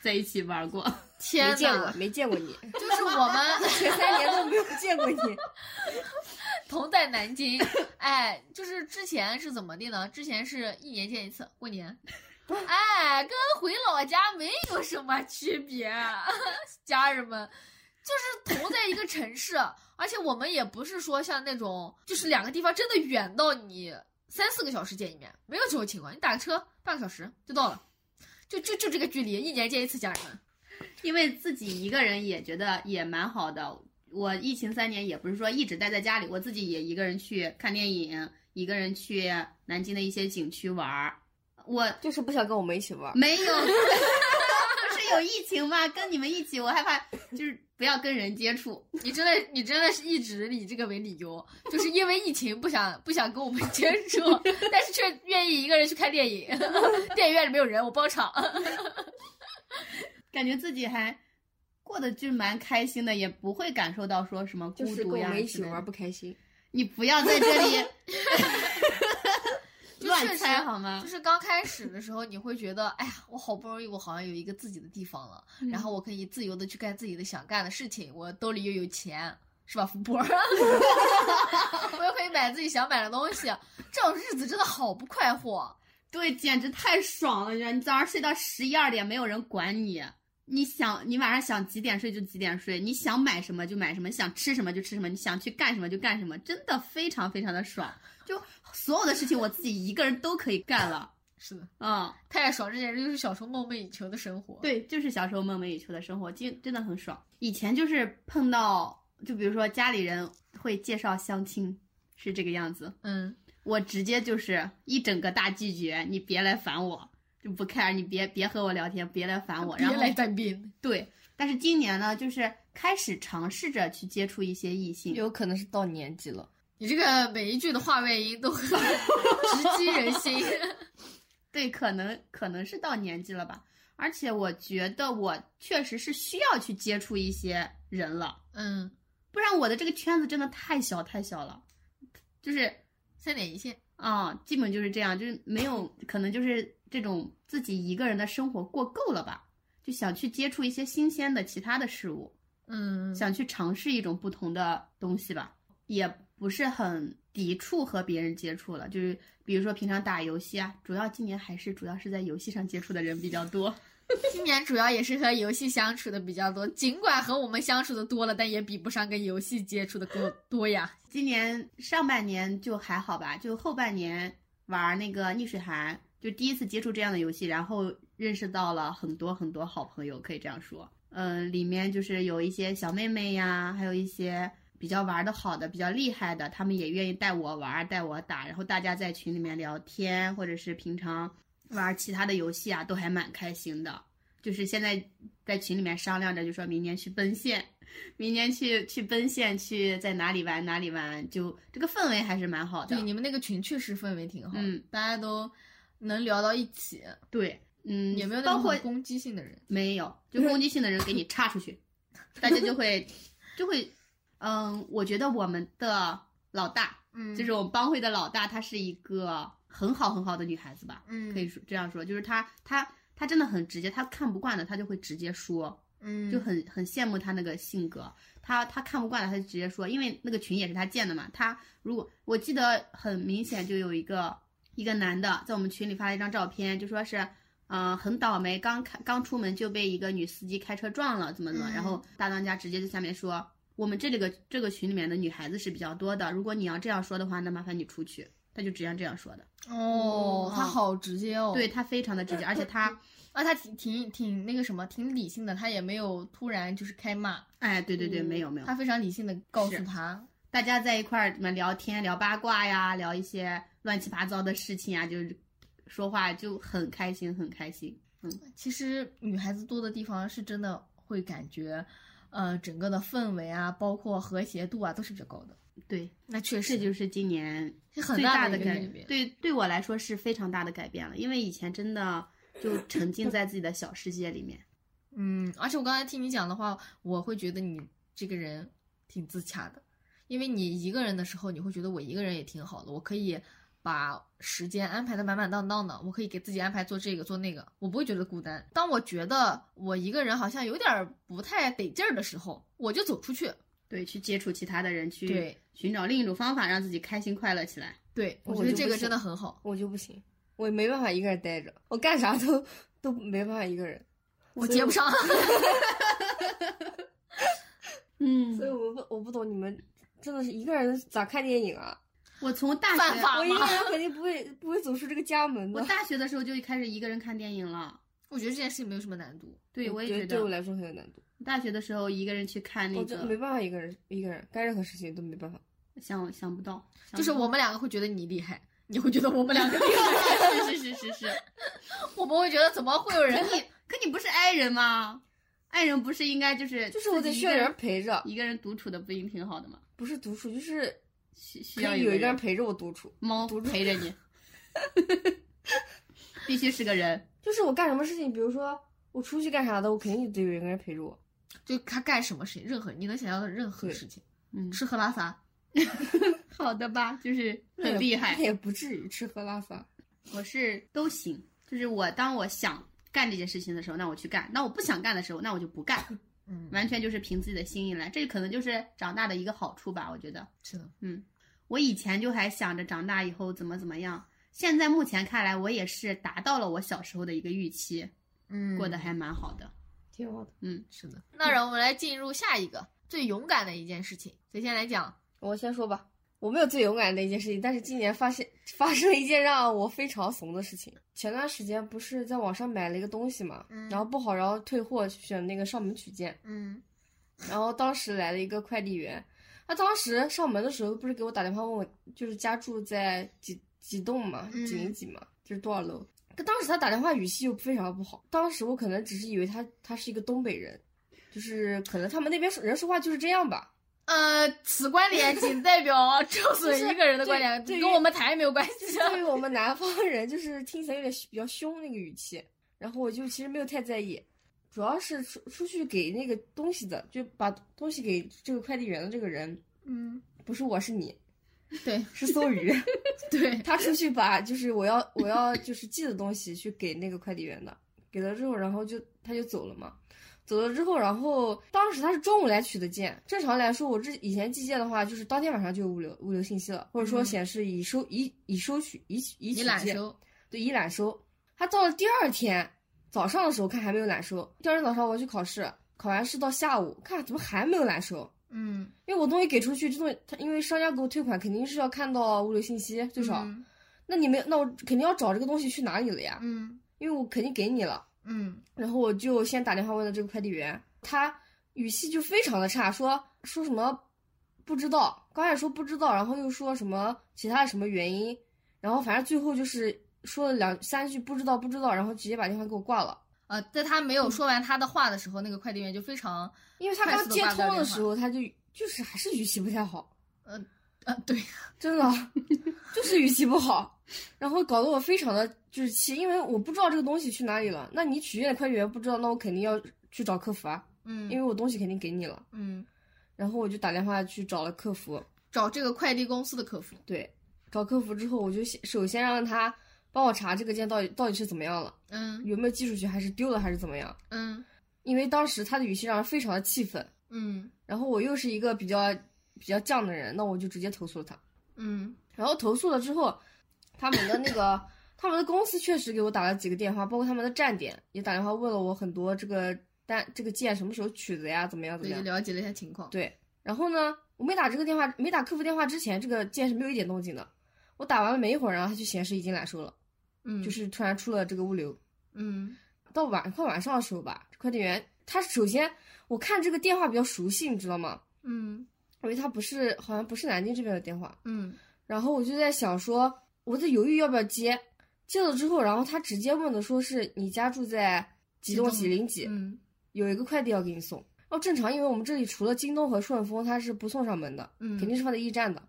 在一起玩过。没天见过，呐，没见过 你，就是我们前三年都没有见 过你。 同在南京，哎，就是之前是怎么的呢？之前是一年见一次，过年。哎，跟回老家没有什么区别， 家人们，就是同在一个城市，而且我们也不是说像那种，就是两个地方真的远到你三四个小时见一面，没有这种情况，你打个车半个小时就到了，就就就这个距离，一年见一次，家人们。因为自己一个人也觉得也蛮好的。我疫情三年也不是说一直待在家里，我自己也一个人去看电影，一个人去南京的一些景区玩儿。我就是不想跟我们一起玩。没有， 不是有疫情吗？跟你们一起，我害怕就是不要跟人接触。你真的，你真的是一直以这个为理由，就是因为疫情不想不想跟我们接触，但是却愿意一个人去看电影， 电影院里没有人，我包场。感觉自己还过得就蛮开心的，也不会感受到说什么就孤是跟独我呀。们一起玩，不开心，你不要在这 里 就乱确实猜好吗 就？是刚开始的时候，你会觉得，哎呀，我好不容易我好像有一个自己的地方了，然后我可以自由的去干自己的想干的事情，我兜里又有钱，是吧，福伯？ 我又可以买自己想买的东西，这种日子真的好不快活。对，简直太爽了！你知道，你早上睡到十一二点，没有人管你。你想，你晚上想几点睡就几点睡，你想买什么就买什么，你想吃什么就吃什么，你想去干什么就干什么，真的非常非常的爽。就所有的事情我自己一个人都可以干了，是的，嗯，太爽，这简直就是小时候梦寐以求的生活。，对，就是小时候梦寐以求的生活，真真的很爽。以前就是碰到，就比如说家里人会介绍相亲，是这个样子，嗯，我直接就是一整个大拒绝，你别来烦我，就不 care，你别别和我聊天，别来烦我。别然后来蛋病，对，但是今年呢，就是开始尝试着去接触一些异性，有可能是到年纪了，你这个每一句的话外音都很 直击人心。对，可能可能是到年纪了吧。而且我觉得我确实是需要去接触一些人了，嗯，不然我的这个圈子真的太小太小了，就是三点一线，啊、基本就是这样，就是没有可能就是这种自己一个人的生活过够了吧，就想去接触一些新鲜的其他的事物，嗯，想去尝试一种不同的东西吧，也不是很抵触和别人接触了，就是比如说平常打游戏啊，主要今年还是主要是在游戏上接触的人比较多，今年主要也是和游戏相处的比较多，尽管和我们相处的多了，但也比不上跟游戏接触的多多呀。今年上半年就还好吧，就后半年玩那个逆水寒，就第一次接触这样的游戏，然后认识到了很多很多好朋友，可以这样说。嗯，里面就是有一些小妹妹呀，还有一些比较玩的好的、比较厉害的，他们也愿意带我玩、带我打，然后大家在群里面聊天，或者是平常玩其他的游戏啊，都还蛮开心的。就是现在在群里面商量着，就说明年去奔现，明年去去奔现，去在哪里玩哪里玩，就这个氛围还是蛮好的。对，你们那个群确实氛围挺好，嗯，大家都能聊到一起，对，嗯，也没有那包种括很攻击性的人。没有，就攻击性的人给你插出 去，大家就会就会，嗯，我觉得我们的老大，嗯就是我们帮会的老大，她是一个很好很好的女孩子吧，嗯可以说这样说，就是她她她真的很直接，她看不惯的她就会直接说，嗯就很很羡慕她那个性格，她她看不惯的她就直接说，因为那个群也是她建的嘛，她如果我记得很明显就有一个一个男的在我们群里发了一张照片，就说是。嗯，很倒霉，刚开刚出门就被一个女司机开车撞了，怎么怎么，嗯然后大当家直接在下面说，我们这里个这个群里面的女孩子是比较多的，如果你要这样说的话，那麻烦你出去。他就直接这样说的，哦，嗯他好直接哦。对，他非常的直接，而且他，啊，他挺挺挺那个什么，挺理性的，他也没有突然就是开骂，哎，对对对，嗯没有没有他，非常理性的告诉是他，大家在一块儿什么聊天、聊八卦呀，聊一些乱七八糟的事情啊，就是说话就很开心，很开心。其实女孩子多的地方是真的会感觉，呃，整个的氛围啊，包括和谐度啊，都是比较高的。对，那确这实就是今年是很最大的一的个改改变。对对我来说是非常大的改变了，因为以前真的就沉浸在自己的小世界里面。嗯，而且我刚才听你讲的话，我会觉得你这个人挺自洽的，因为你一个人的时候，你会觉得我一个人也挺好的，我可以把时间安排的满满当当的，我可以给自己安排做这个做那个，我不会觉得孤单。当我觉得我一个人好像有点儿不太得劲儿的时候，我就走出去。对，去接触其他的人，去对寻找另一种方法，让自己开心快乐起来。对，我我觉得就这不个行真的很好。我就不行，我也没办法一个人待着，我干啥都都没办法一个人，我接不上， 嗯所以我不我不懂你们真的是一个人咋看电影啊？我从大犯学，法我一个吗？人肯定不会不会走出这个家门我的。大学的时候就开始一个人看电影了。我觉得这件事情没有什么难度。对，我也觉觉得对我得来说很有难度，大学的时候一个人去看那我真没个，办法一个人一个人干任何事情都没办法。想想不到，想就是不我到们两个会觉得你厉害，你会觉得我们 两个厉是是是是是。害， 我们会觉得怎么会有人 可你可你不是爱人吗？爱人不是应该就是就是我自得己一需要个有人陪着，一个人独处的，不一定挺好的吗？不是独处，就是需需可要以有一个个人陪着我独处。猫陪着 你，必须是个人。就是我干什么事情，比如说我出去干啥的，我肯定得有一个人陪着我。就他干什么事情，任何你能想象的任何事情，嗯，吃喝拉撒，好的吧，就是很厉害那。也不至于吃喝拉撒。我是都行，就是我当我想干这件事情的时候，那我去干；那我不想干的时候，那我就不干，嗯，完全就是凭自己的心意来。这可能就是长大的一个好处吧，我觉得。是的，嗯我以前就还想着长大以后怎么怎么样，现在目前看来，我也是达到了我小时候的一个预期，嗯过得还蛮好的。嗯挺好的。是的。那让我们来进入下一个最勇敢的一件事情，谁先来讲？我先说吧，我没有最勇敢的一件事情，但是今年发生发生了一件让我非常怂的事情。前段时间不是在网上买了一个东西嘛，嗯然后不好，然后退货选那个上门取件，嗯然后当时来了一个快递员，他当时上门的时候不是给我打电话问我，就是家住在几几栋嘛，嗯几零几嘛，就是多少楼。可当时他打电话语气又非常不好，当时我可能只是以为他他是一个东北人，就是可能他们那边人说话就是这样吧。呃，此观点仅代 表郑就损是一个人的观点，对对于跟我们台没有关系。啊对于我们南方人，就是听起来有点比较凶那个语气，然后我就其实没有太在意，主要是出出去给那个东西的，就把东西给这个快递员的这个人，嗯，不是我是你，对是搜鱼，对，他出去把就是我要我要就是寄的东西去给那个快递员的，给了之后，然后就他就走了嘛。走了之后，然后当时他是中午来取的件，正常来说，我之以前寄件的话，就是当天晚上就有物流物流信息了，或者说嗯显示已收已已收取已取已你取懒件，修，对，已揽收。他到了第二天早上的时候看还没有揽收，第二天早上我去考试，考完试到下午看怎么还没有揽收，嗯，因为我东西给出去，这东西他因为商家给我退款，肯定是要看到物流信息最少。嗯那你没，那我肯定要找这个东西去哪里了呀，嗯因为我肯定给你了。嗯然后我就先打电话问了这个快递员，他语气就非常的差，说说什么不知道，刚开始说不知道，然后又说什么其他的什么原因，然后反正最后就是说了两三句不知道不知道，然后直接把电话给我挂了。呃，在他嗯没有说完他的话的时候，那个快递员就非常因为他快刚速地接挂不了通的电时候，他就就是还是语气不太好，呃，对，真的就是语气不好，然后搞得我非常的就是气，因为我不知道这个东西去哪里了。那你取件的快递员不知道，那我肯定要去找客服啊，因为嗯我东西肯定给你了。嗯，然后我就打电话去找了客服，找这个快递公司的客服，对，找客服之后，我就先首先让他帮我查这个件到底到底是怎么样了，嗯有没有寄出去，还是丢了，还是怎么样？嗯因为当时他的语气让人非常的气愤，嗯然后我又是一个比较比较犟的人，那我就直接投诉了他。嗯然后投诉了之后，他们的那个他们的公司确实给我打了几个电话，包括他们的站点也打电话问了我很多这个单这个件什么时候取的呀，怎么样怎对，么就样？了解了一下情况，对，然后呢，我没打这个电话，没打客服电话之前，这个件是没有一点动静的。我打完了没一会儿，然后它就显示已经揽收了，嗯，就是突然出了这个物流。嗯到晚快晚上的时候吧，快递员他首先我看这个电话比较熟悉，你知道吗？嗯因为他不是好像不是南京这边的电话，嗯然后我就在想说，我在犹豫要不要接。接了之后，然后他直接问的说是你家住在几栋几栋几零几，嗯有一个快递要给你送。哦，正常，因为我们这里除了京东和顺丰，它是不送上门的。嗯，肯定是放在驿站的。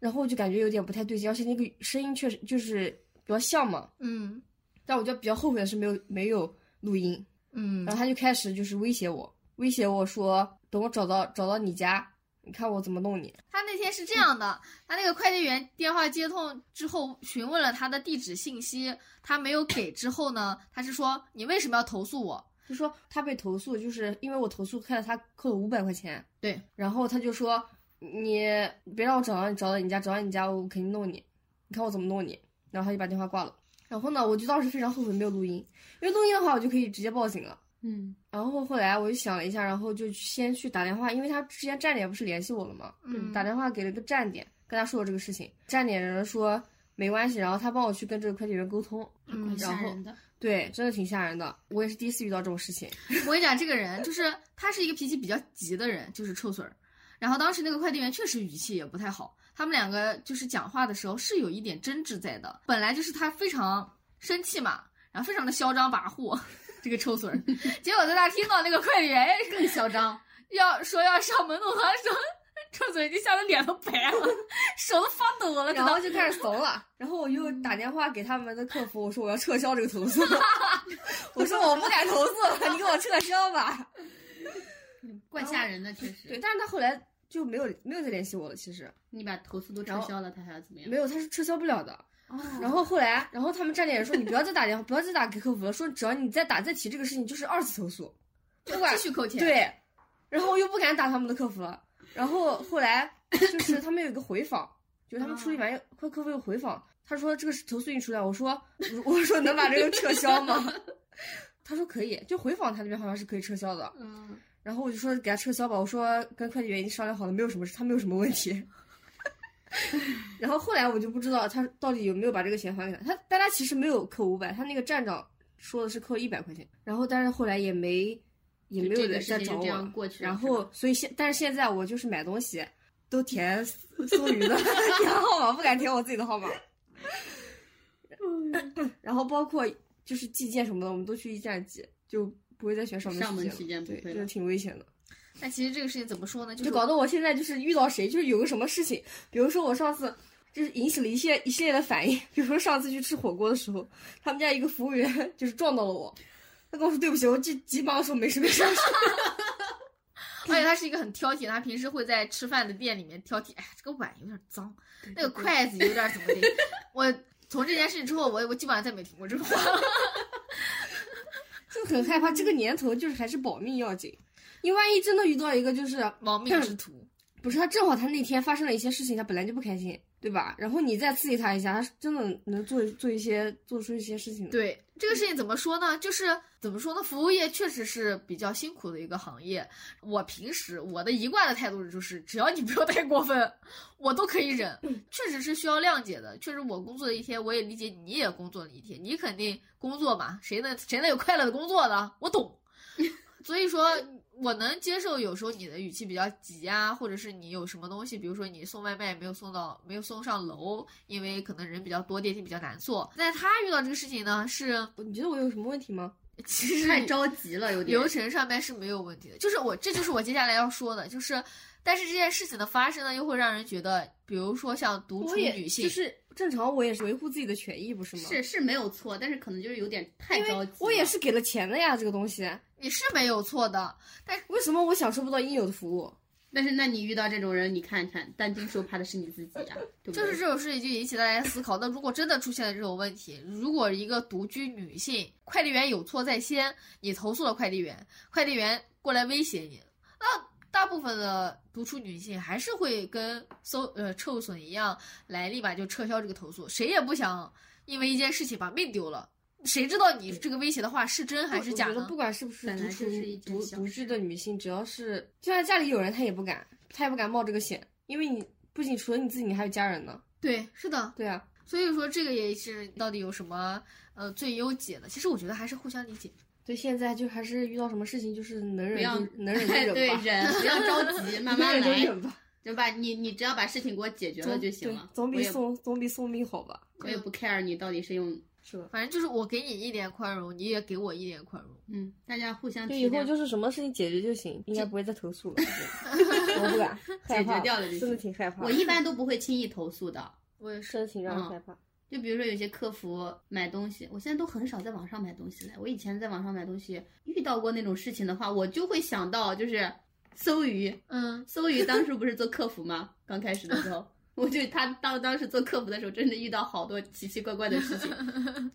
然后我就感觉有点不太对劲，而且那个声音确实就是比较像嘛。嗯但我就比较后悔的是没有没有录音。嗯然后他就开始就是威胁我，威胁我说等我找到找到你家，你看我怎么弄你。他那天是这样的，他那个快递员电话接通之后询问了他的地址信息，他没有给之后呢，他是说你为什么要投诉我？就说他被投诉，就是因为我投诉害了他扣了五百块钱。对，然后他就说你别让我找到你找到你家，找到你家我肯定弄你，你看我怎么弄你。然后他就把电话挂了。然后呢，我就当时非常后悔没有录音，因为录音的话我就可以直接报警了。嗯，然后后来我就想了一下，然后就先去打电话，因为他之前站点不是联系我了吗？嗯打电话给了个站点，跟他说了这个事情，站点人说没关系，然后他帮我去跟这个快递员沟通。嗯蛮然吓后人的。对，真的挺吓人的，我也是第一次遇到这种事情。我跟你讲，这个人就是他是一个脾气比较急的人，就是臭水儿。然后当时那个快递员确实语气也不太好，他们两个就是讲话的时候是有一点争执在的。本来就是他非常生气嘛，然后非常的嚣张跋扈，这个臭水儿。结果在他听到那个快递员更 嚣张，要说要上门弄他的时候，臭嘴已经吓得脸都白了，手都发抖 了。然可后能就开始怂了，然后我又打电话给他们的客服，我说我要撤销这个投 诉，我说我不敢投诉了，你给我撤销吧。怪吓人的，确实。对，但是他后来就没有没有再联系我了，其实你把投诉都撤然后销了，他还要怎么样没？有，他是撤销不了的。嗯然后后来，然后他们站点人说你不要再打电话，不要再打给客服了，说只要你再打再提这个事情，就是二次投诉，不管继续扣钱。，对。然后我又不敢打他们的客服了，然后后来就是他们有一个回访，就是他们处理完客客服有回访，他说这个是投诉你出来，我说如我说能把这个撤销吗？ 他说可以，就回访他那边好像是可以撤销的。嗯，然后我就说给他撤销吧，我说跟快递员已经商量好了，没有什么事，他没有什么问题。 然后后来我就不知道他到底有没有把这个钱还给他，他但他其实没有扣五百，他那个站长说的是扣一百块钱，然后但是后来也没也没有这个人事再情找就这我样，过去了。 然是吧后所以现但是现在我就是买东西都填搜 鱼的填号码，不敢填我自己的号码，嗯 然后包括就是寄件什么的，我们都去一站寄，就不会再选上门上门取取件不对，会就是了挺危险的。但其实这个事情怎么说呢？就就是搞得我现在就是遇到谁，就是有个什么事情，比如说我上次就是引起了一系列一系列的反应，比如说上次去吃火锅的时候，他们家一个服务员 就是撞到了我，他跟我说对不起，我这急忙说没事没事，没事而且他是一个很挑剔的，他平时会在吃饭的店里面挑剔，哎，这个碗有点脏，那个筷子有点怎么的。我从这件事情之后，我我基本上再没听过这个话了。 就很害怕。这个年头就是还是保命要紧，你万一真的遇到一个就是亡命之徒，不是他正好他那天发生了一些事情，他本来就不开心，对吧？然后你再刺激他一下，他是真的能做做一些做出一些事情的。对这个事情怎么说呢？就是怎么说呢？服务业确实是比较辛苦的一个行业。我平时我的一贯的态度就是，只要你不要太过分，我都可以忍。确实是需要谅解的。确实我工作了一天，我也理解你也工作了一天，你肯定工作嘛，谁能谁能有快乐的工作呢？我懂。所以说，我能接受有时候你的语气比较急啊，或者是你有什么东西，比如说你送外卖没有送到，没有送上楼，因为可能人比较多，电梯比较难坐。但他遇到这个事情呢，是你觉得我有什么问题吗？其实太着急了，有点流程上面是没有问题的，就是我这就是我接下来要说的，就是，但是这件事情的发生呢，又会让人觉得，比如说像独处我也女性，就是正常，我也是维护自己的权益，不是吗？是是没有错，但是可能就是有点太因着为急了。我也是给了钱的呀，这个东西，你是没有错的，为什么我享受不到应有的服务？但是，那你遇到这种人，你看看，担惊受怕的是你自己呀、对不对？就是这种事情就引起大家思考。那如果真的出现了这种问题，如果一个独居女性，快递员有错在先，你投诉了快递员，快递员过来威胁你，那大部分的独处女性还是会跟搜呃臭损一样，来立马就撤销这个投诉。谁也不想因为一件事情把命丢了，谁知道你这个威胁的话是真还是假我觉得呢不？管是不是本独来处就是一件独小独事居的女性，只要是就算家里有人，她也不敢，她也不敢冒这个险，因为你不仅除了你自己，你还有家人呢。对，是的。对啊，所以说这个也是到底有什么呃最优解呢？其实我觉得还是互相理解。所以现在就还是遇到什么事情就是能不忍要 哎就能 忍就对忍吧，忍，不要着 急，慢慢能忍就来，忍吧，对吧？你你只要把事情给我解决了总就行对了。总我比也送总比送命好吧？我也不 care 你到底是用，是吧？反正就是我给你一点宽容，你也给我一点宽容。嗯，大家互相就体以后谅就是什么事情解决就行，应该不会再投 诉了。我不敢，害解怕决，掉了就真的行。挺害怕。我一般都不会轻易投诉的，我也是。真的挺让人嗯害怕。就比如说有些客服买东西，我现在都很少在网上买东西了。我以前在网上买东西遇到过那种事情的话，我就会想到就是搜鱼， 嗯，搜鱼当初不是做客服吗？刚开始的 时候，我就他当当时做客服的时候，真的遇到好多奇奇怪怪的 事情，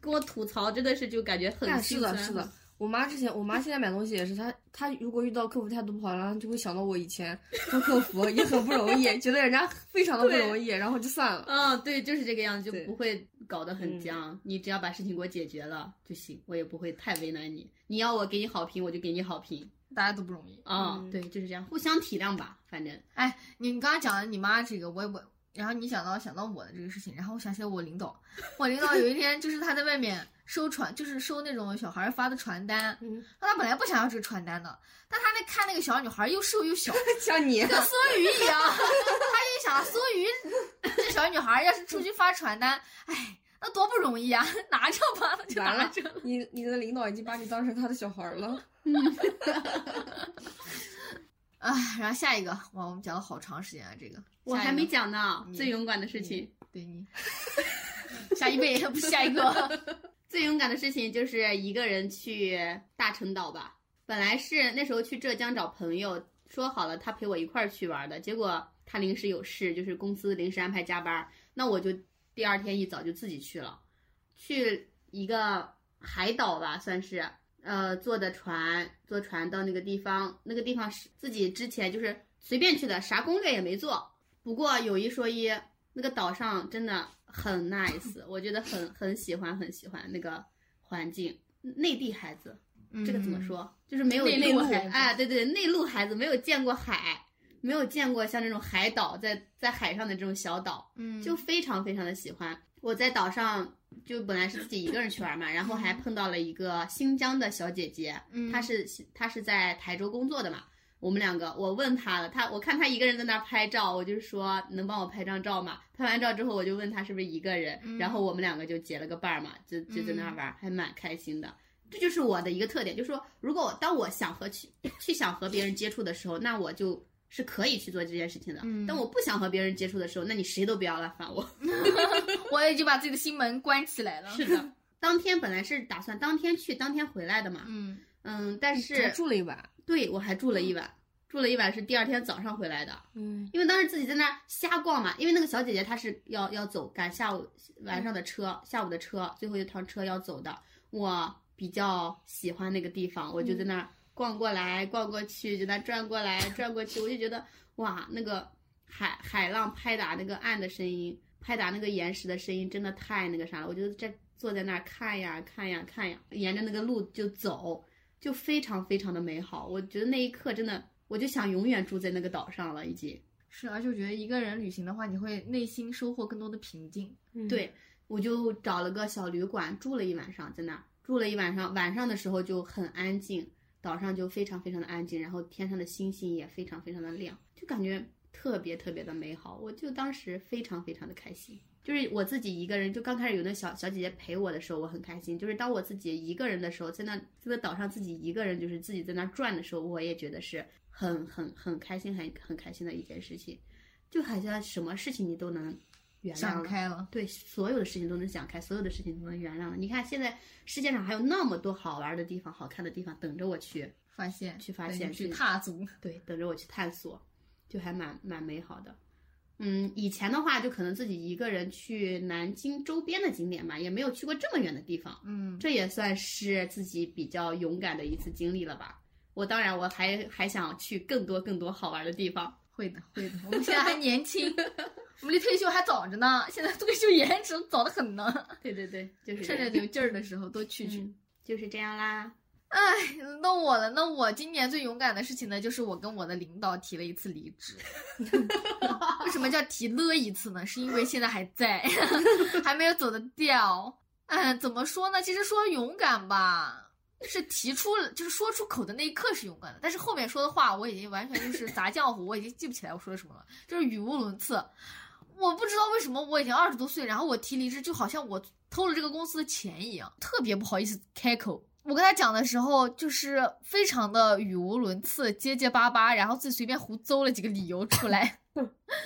跟我吐槽，真的是就感觉很那心是的，酸是的。。我妈之前，我妈现在买东西也是，她她如果遇到客服态度不好，然后就会想到我以前做客服也很不 容易，觉得人家非常的不容易，然后就算了。嗯，对，就是这个样子，对就不会搞得嗯很僵。你只要把事情给我解决了就行，我也不会太为难你。你要我给你好评，我就给你好评。大家都不容易。啊、嗯对，就是这样，互相体谅吧，反正哎，你你刚刚讲的你妈这个，我我，然后你想到想到我的这个事情，然后我想起来我领导，我领导有一天就是他在外面收传，就是收那种小孩发的传单，嗯，那他本来不想要这个传单的，但他那看那个小女孩又瘦又小， 像你，跟梭鱼一样。 他就想梭鱼这小女孩要是出去发传单，哎，那多不容易啊， 拿着吧，那就完拿了着。你你的领导已经把你当成他的小孩儿了。哎，然后下一个，哇，我们讲了好长时间啊，这个我下一还个没讲呢，你嗯最勇敢的事情。对你， 下一位不是下一个，最勇敢的事情就是一个人去大陈岛吧。本来是那时候去浙江找朋友，说好了他陪我一块儿去玩的，结果他临时有事，就是公司临时安排加班，那我就第二天一早就自己去了，去一个海岛吧，算是。呃，坐的船，坐船到那个地方，那个地方是自己之前就是随便去的，啥攻略也没做。不过有一说一，那个岛上真的很 nice，我觉得很很喜欢，很喜欢那个环境。内地孩 子，这个怎么嗯？说？就是没有内见陆过海孩，子哎，对对，内陆孩子没有见过海，没有见过像这种海岛在在海上的这种小岛，嗯就非常非常的喜欢。我在岛上就本来是自己一个人去玩嘛，然后还碰到了一个新疆的小姐姐，嗯她是她是在台州工作的嘛。我们两个，我问她了，她我看她一个人在那儿拍照，我就说能帮我拍张照吗？拍完照之后，我就问她是不是一个人，嗯然后我们两个就结了个伴儿嘛，就就在那儿玩儿，还蛮开心的。这就是我的一个特点，就是说，如果我当我想和去去想和别人接触的时候，那我就是可以去做这件事情的。嗯但我不想和别人接触的时候，那你谁都不要来烦我。我已经把自己的心门关起来了。 是的，当天本来是打算当天去，当天回来的嘛。嗯，嗯，但还是住了一晚。对我还住了一晚，住了一晚是第二天早上回来的，嗯，因为当时自己在那儿瞎逛嘛。因为那个小姐姐她是要要走，赶下午晚上的车，下午的车，最后一趟车要走的。我比较喜欢那个地方，我就在那儿逛过来逛过去，就在那儿转过来转过去，我就觉得哇，那个海海浪拍打那个岸的声音，拍打那个岩石的声音，真的太那个啥了。我就在坐在那儿看呀看呀看呀，沿着那个路就走，就非常非常的美好。我觉得那一刻真的，我就想永远住在那个岛上了，已经。是，而且我觉得一个人旅行的话，你会内心收获更多的平静。嗯对， 我就找了个小旅馆住了一晚上，在那儿住了一晚上。晚上的时候就很安静，岛上就非常非常的安静，然后天上的星星也非常非常的亮，就感觉特别特别的美好。我就当时非常非常的开心，就是我自己一个人，就刚开始有那小小姐姐陪我的时候，我很开心。就是当我自己一个人的时候，在那在那岛上自己一个人，就是自己在那转的时候，我也觉得是很很很开心，很很开心的一件事情，就好像什么事情你都能原谅想了。开了，对所有的事情都能想开，所有的事情都能原谅了。你看现在世界上还有那么多好玩的地方、好看的地方等着我去，发现去发对现去是踏足。对，等着我去探索，就还蛮蛮美好的。嗯，以前的话就可能自己一个人去南京周边的景点嘛，也没有去过这么远的地方，嗯，这也算是自己比较勇敢的一次经历了吧。我当然我还还想去更多更多好玩的地方，会的，会的。我们现在还年轻，我们离退休还早着呢，现在退休延迟早得很呢。 对对对，就是趁着有劲儿的时候多去去。嗯就是这样啦。 那我了，那我今年最勇敢的事情呢，就是我跟我的领导提了一次离职。 为什么叫提了一次呢？是因为现在还在， 还没有走得掉。嗯，怎么说呢？其实说勇敢吧，是提出了，就是说出口的那一刻是勇敢的，但是后面说的话我已经完全就是砸浆糊，我已经记不起来我说了什么了，就是语无伦次。我不知道为什么我已经二十多岁，然后我提离职，就好像我偷了这个公司的钱一样，特别不好意思开口。我跟他讲的时候，就是非常的语无伦次、结结巴巴，然后自己随便胡诌了几个理由出来。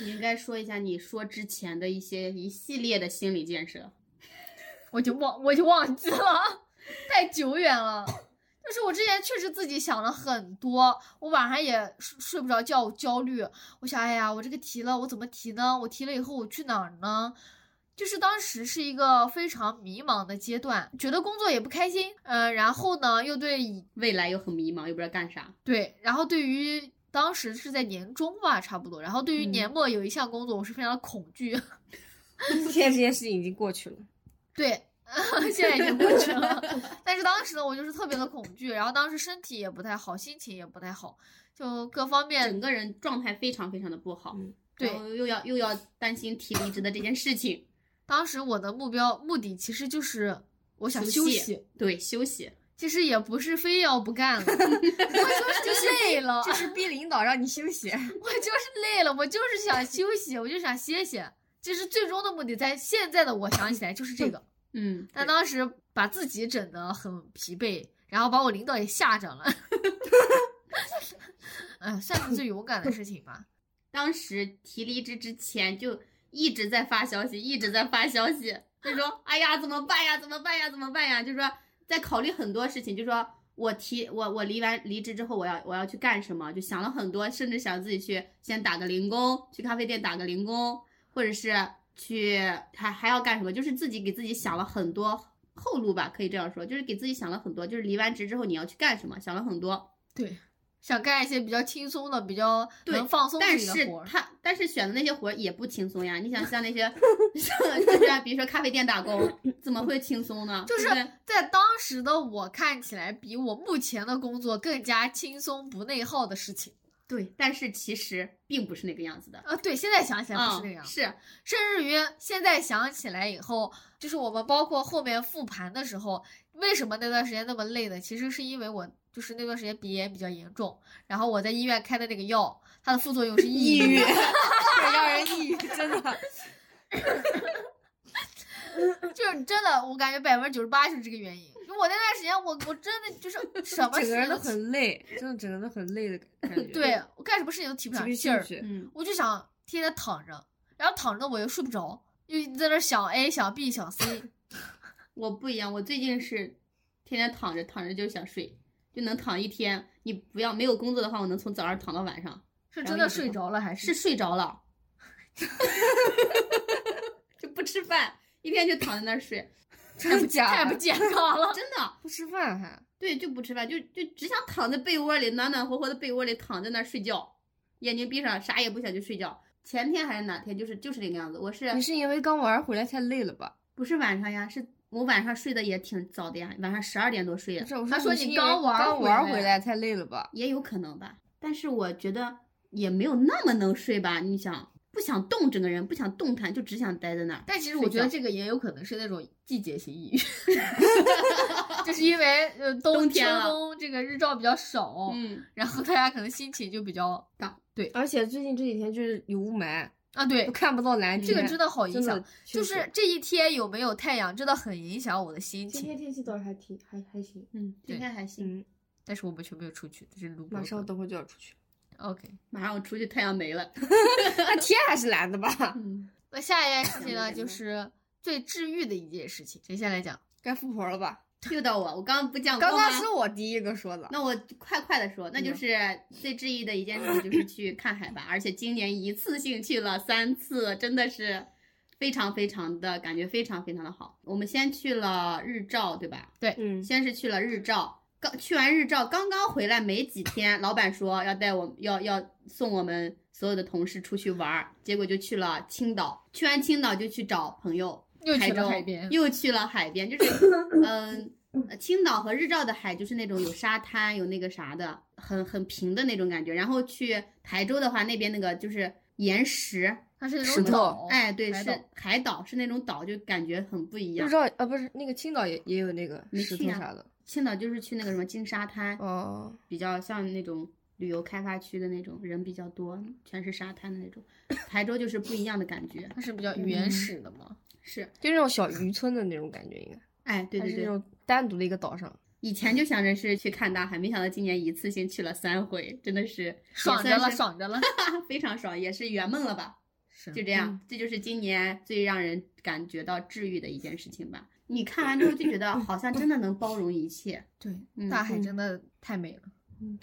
你应该说一下你说之前的一些一系列的心理建设。我就忘，我就忘记了，太久远了。就是我之前确实自己想了很多，我晚上也睡睡不着觉，我焦虑。我想，哎呀，我这个题了，我怎么提呢？我提了以后，我去哪儿呢？就是当时是一个非常迷茫的阶段，觉得工作也不开心，嗯、然后呢，又对以未来又很迷茫，又不知道干啥。对，然后对于当时是在年中吧，差不多。然后对于嗯年末有一项工作，我是非常的恐惧。现在这件事情已经过去了。 对，现在已经过去了。但是当时呢，我就是特别的恐惧，然后当时身体也不太好，心情也不太好，就各方面整个人状态非常非常的不好，嗯对然后又要又要担心提离职的这件事情，当时我的目标目的其实就是我想休休息息，对，休息，其实也不是非要不 干了，我就是累了，就是逼领导让你休息。我就是累了，我就是想休息，我就想歇歇。其实最终的目的，在现在的我想起来就是这个。嗯，但当时把自己整得很疲惫，然后把我领导也吓着了。 嗯，算是最勇敢的事情 吧。当时提离职之前就一直在发消息，一直在发消息，就说哎呀怎么办呀，怎么办呀，怎么办呀，就说在考虑很多事情，就说我提我我离完离职之后我要我要去干什么，就想了很多，甚至想自己去先打个零工，去咖啡店打个零工，或者是去还还要干什么，就是自己给自己想了很多后路吧，可以这样说，就是给自己想了很多，就是离完职之后你要去干什么，想了很多。对，想干一些比较轻松的、比较对能放松但自己是的活儿。他但是选的那些活儿也不轻松呀。你想像那些像就是比如说咖啡店打工，怎么会轻松呢？就是对不对在当时的我看起来，比我目前的工作更加轻松、不内耗的事情。对，但是其实并不是那个样子的，啊，对，现在想起来不是嗯那样，是甚至于现在想起来以后，就是我们包括后面复盘的时候，为什么那段时间那么累呢？其实是因为我就是那段时间鼻炎比较严重，然后我在医院开的那个药，它的副作用是抑抑郁，郁。让人抑 郁，真的。就是真的，我感觉百分之九十八就是这个原因。我那段时间，我我真的 就是什么整事个人情都都很累，真的整个人都很累的感觉。对我干什么事情都提不提上不劲进儿，去。嗯，我就想天天躺着，然后躺着我又睡不着，又在那儿想 A 想 B 想 C，我不一样，我最近是天天躺着躺着就想睡，就能躺一天。你不要没有工作的话，我能从早上躺到晚上，是然真后的一直睡躺着了还是是？睡着 了，就不吃饭，一天就躺在那儿睡，真的太假不的？健康了。真的。不吃饭还对，就不吃饭，就就只想躺在被窝里，暖暖和和的被窝里躺在那儿睡觉，眼睛闭上，啥也不想就睡觉。前天还是哪天，就是就是这个样子。我是你是因为刚玩回来太累了吧？不是晚上呀？是我晚上睡的也挺早的呀，晚上十二点多睡不的，是，我他说你是你因为刚玩刚回玩来回来太累了吧？也有可能吧。但是我觉得也没有那么能睡吧。你想，不想动，整个人不想动弹，就只想待在那儿。但其实我觉得睡这个也有可能是那种季节性抑郁， 就是因为呃冬冬天秋了冬这个日照比较少，嗯，然后大家可能心情就比较而且最近这几天就是有雾霾，啊对都，看不到蓝这天。个真的好真影的响。就是这一天有没有太阳，真的很影响我的心今情。天天气倒是还挺还还行，嗯，对今天还行。嗯，但是我们却没有出去，这是录播马上课等会就要出去。 OK。马上我出去，太阳没了。那天还是蓝的吧？嗯，那下一件事情呢，两个人就呢是最治愈的一件事情。谁先来讲？该富婆了吧？ 又到我，我刚刚不讲过刚吗？刚是我第一个说的，那我快快的说，那就是最治愈的一件事情就是去看海吧，而且今年一次性去了三次，真的是非常非常的感觉非常非常的好。我们先去了日照，对吧？嗯，先是去了日照，刚去完日照刚刚回来没几天，老板说要带我要要送我们所有的同事出去玩儿，结果就去了青岛。去完青岛就去找朋友，又去台了州海边，又去了海边，就是嗯、呃青岛和日照的海就是那种有沙滩、有那个啥的，很很平的那种感觉。然后去台州的话，那边那个就是岩石，它是那石种头岛，哎，对，哦海是岛海岛，是那种岛，就感觉很不日一样。照啊，不是那个青岛也也有那个没石头去啊啥的。青岛就是去那个什么金沙滩，哦，比较像那种旅游开发区的那种，人比较多，全是沙滩的那种。台州就是不一样的感觉，它是比较原始的嘛。是，就那种小渔村的那种感觉，应该哎，对它对是那对，种单独的一个岛上。以前就想着是去看大海，没想到今年一次性去了三回，真的是爽也着算了，是爽着了。 非常爽，也是圆梦了吧？是就这样，这就是今年最让人感觉到治愈的一件事情吧。你看完之后就觉得好像真的能包容一切，对，嗯大海嗯真的太美了。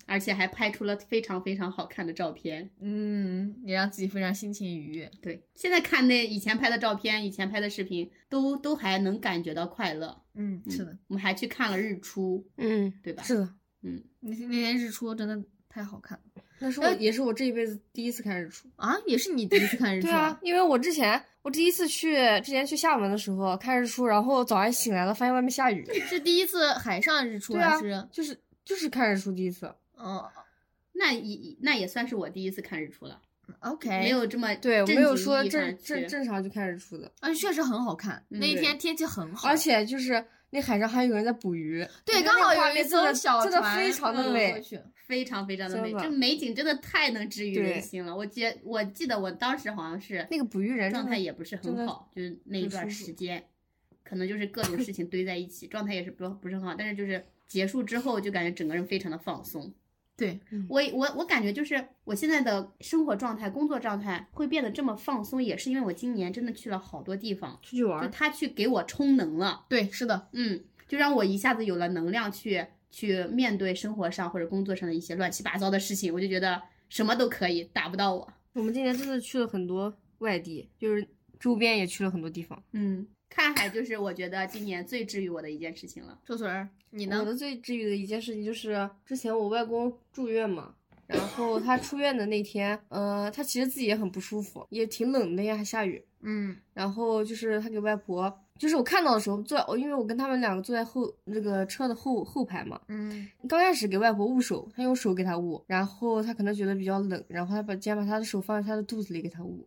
而且还拍出了非常非常好看的照片。嗯，也让自己非常心情愉悦。对，现在看那以前拍的照片、以前拍的视频，都都还能感觉到快乐。嗯，是嗯的，，我们还去看了日出，嗯，对吧？是的，那那天日出真的太好看了那是我也是我这一辈子第一次看日出。啊！也是你第一次 看日出对啊，，因为我之前我第一次去之前去厦门的时候看日出，然后早上醒来了发现外面下雨，是第一次海上日出对还啊是？就是就是看日出第一次。嗯那也那也算是我第一次看日出了， ，OK，没有这么哎对，我正没有经说意义正上正去正常去看日出的，而且啊确实很好看。嗯那一对天天气很好，而且就是那海上还有人在捕鱼，对我觉得刚那好画有一面真艘的小真的船非常的嗯美过去非常非常的真美，的这美景真的太能治愈对人心了。我记我记得我当时好像是那个捕鱼人真状态的也不是真的很好，就是那一很段舒服时间，可能就是各种事情堆在一起，状态也是不不是很好。但是就是结束之后，就感觉整个人非常的放松。对，我我我感觉就是我现在的生活状态、工作状态会变得这么放松，也是因为我今年真的去了好多地方，出去玩就儿，他去给我充能了。对，是的，嗯，就让我一下子有了能量去去面对生活上或者工作上的一些乱七八糟的事情，我就觉得什么都可以，打不到我。我们今年真的去了很多外地，就是周边也去了很多地方。嗯，看海就是我觉得今年最治愈我的一件事情了。周主任，你我呢？的最治愈的一件事情就是，之前我外公住院嘛，然后他出院的那天，呃，他其实自己也很不舒服，也挺冷的呀，还下雨。嗯，然后就是他给外婆就是我看到的时候坐在，因为我跟他们两个坐在后那个车的后后排嘛，嗯，刚开始给外婆捂手，她用手给她捂，然后她可能觉得比较冷，然后她把先把她的手放在她的肚子里给她捂。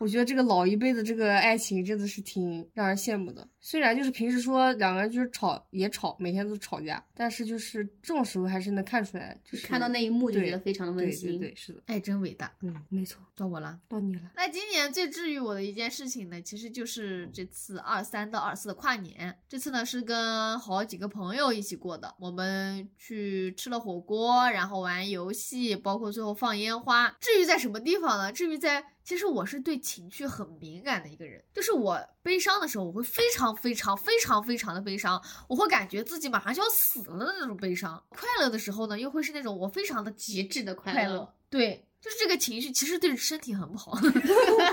我觉得这个老一辈的这个爱情真的是挺让人羡慕的。虽然就是平时说两个人就是吵也吵，每天都吵架，但是就是这种时候还是能看出来，就是看到那一幕就对觉得非常的温对馨。对对，是的，爱哎真伟大，嗯，没错，到我了。到你了。那今年最治愈我的一件事情呢，其实就是这次二三到二四的跨年。这次呢是跟好几个朋友一起过的，我们去吃了火锅，然后玩游戏，包括最后放烟花。至于在什么地方呢？至于在，其实我是对情绪很敏感的一个人，就是我悲伤的时候，我会非常非常非常非常的悲伤，我会感觉自己马上就要死了的那种悲伤。快乐的时候呢，又会是那种我非常的极极致的快快乐乐。嗯对，就是这个情绪其实对身体很不 好，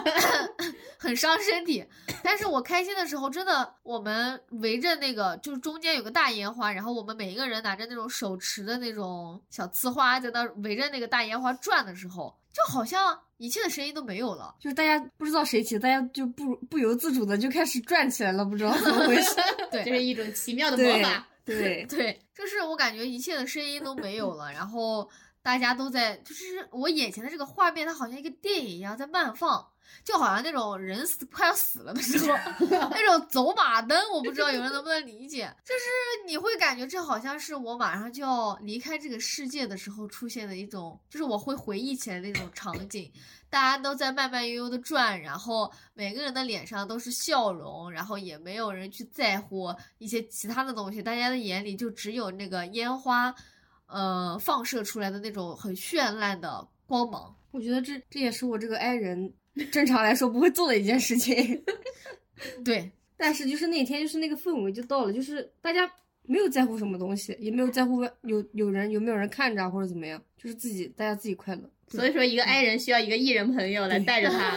很伤身体。但是我开心的时候，真的，我们围着那个就是中间有个大烟花，然后我们每一个人拿着那种手持的那种小呲花，在那围着那个大烟花转的时候，就好像一切的声音都没有了。就是大家不知道谁起，大家就不不由自主的就开始转起来了，不知道怎么回事。 对，这是一种奇妙的魔对法。对，对，就是我感觉一切的声音都没有了，然后大家都在，就是我眼前的这个画面，它好像一个电影一样在慢放，就好像那种人死快要死了的时候，那种走马灯，我不知道有人能不能理解，就是你会感觉这好像是我马上就要离开这个世界的时候出现的一种，就是我会回忆起来的那种场景，大家都在慢慢悠悠的转，然后每个人的脸上都是笑容，然后也没有人去在乎一些其他的东西，大家的眼里就只有那个烟花，呃，放射出来的那种很绚烂的光芒。我觉得这这也是我这个爱人正常来说不会做的一件事情， 对，但是就是那天就是那个氛围就到了，就是大家没有在乎什么东西，也没有在乎外有有人有没有人看着啊或者怎么样，就是自己大家自己快乐。所以说，嗯一个爱人需要一个艺人朋友来带着 他，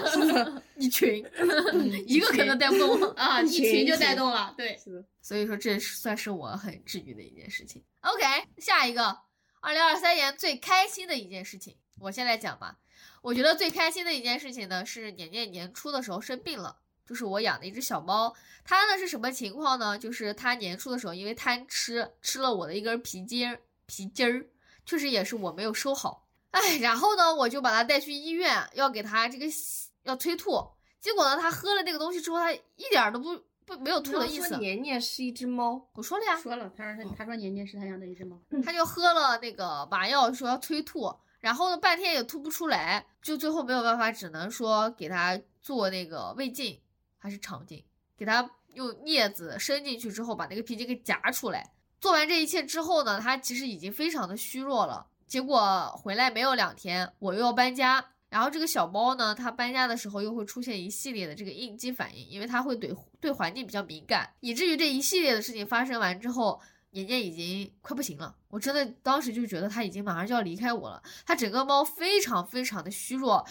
一群， 嗯一个可能带不动我。啊，一一群群就一群带动了。对，是的，所以说这是算是我很治愈的一件事情。OK，下一个，二零二三年最开心的一件事情，我先来讲吧。我觉得最开心的一件事情呢，是年年年初的时候生病了。就是我养的一只小猫，它呢是什么情况呢？就是它年初的时候因为贪吃，吃了我的一根皮筋儿，皮筋儿，确实也是我没有收好。哎，然后呢，我就把它带去医院，要给它这个洗要催吐。结果呢，它喝了这个东西之后，它一点儿都不不没有吐的意思啊说。年年是一只猫，我说了呀，说了，他说他他说年年是他养的一只猫，他就喝了那个麻药，说要催吐，然后呢半天也吐不出来，就最后没有办法，只能说给他做那个胃镜还是肠镜，给他用镊子伸进去之后，把那个皮筋给夹出来。做完这一切之后呢，他其实已经非常的虚弱了。结果回来没有两天，我又要搬家。然后这个小猫呢，它搬家的时候又会出现一系列的这个应激反应，因为它会对对环境比较敏感，以至于这一系列的事情发生完之后，年年已经快不行了。我真的当时就觉得它已经马上就要离开我了。它整个猫非常非常的虚弱，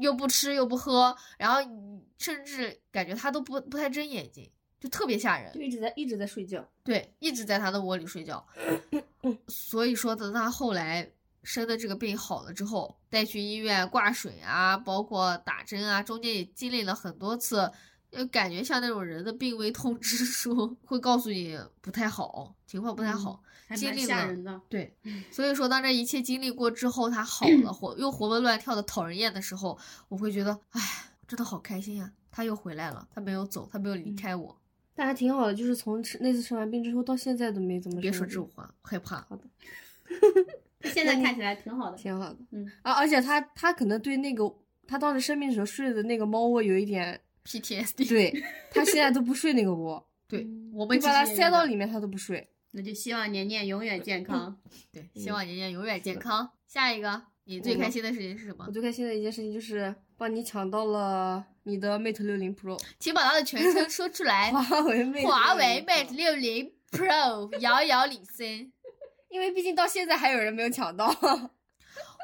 又不吃又不喝，然后甚至感觉它都不不太睁眼睛，就特别吓人。就一直在一直在睡觉。对，一直在他的窝里睡觉。所以说，等他后来生的这个病好了之后，带去医院挂水啊，包括打针啊，中间也经历了很多次，就感觉像那种人的病危通知书， 会告诉你不太好，情况不太好。还经蛮历了吓人的。对，所以说当这一切经历过之后，他好了，活又活蹦乱跳的讨人厌的时候，我会觉得，哎，真的好开心呀、啊他又回来了，他没有走，他没有离开我。但还挺好的，就是从吃那次生完病之后到现在都没怎么别说生过这种话，害怕。现在看起来挺好的，挺好的，嗯啊，而且他他可能对那个他当时生病时候睡的那个猫窝有一点， PTSD。对他现在都不睡那个窝，对嗯，我们你把它其实也塞有到的。里面他都不睡。那就希望年年永远健康。对，希望年年永远健康。下一个，你最我开心的事情是什么我？最开心的一件事情就是帮你抢到了你的 Mate 六零 Pro，请把它的全称说出来。 华为 Mate，华为60 Mate 六零 Pro 遥遥领先。因为毕竟到现在还有人没有抢到。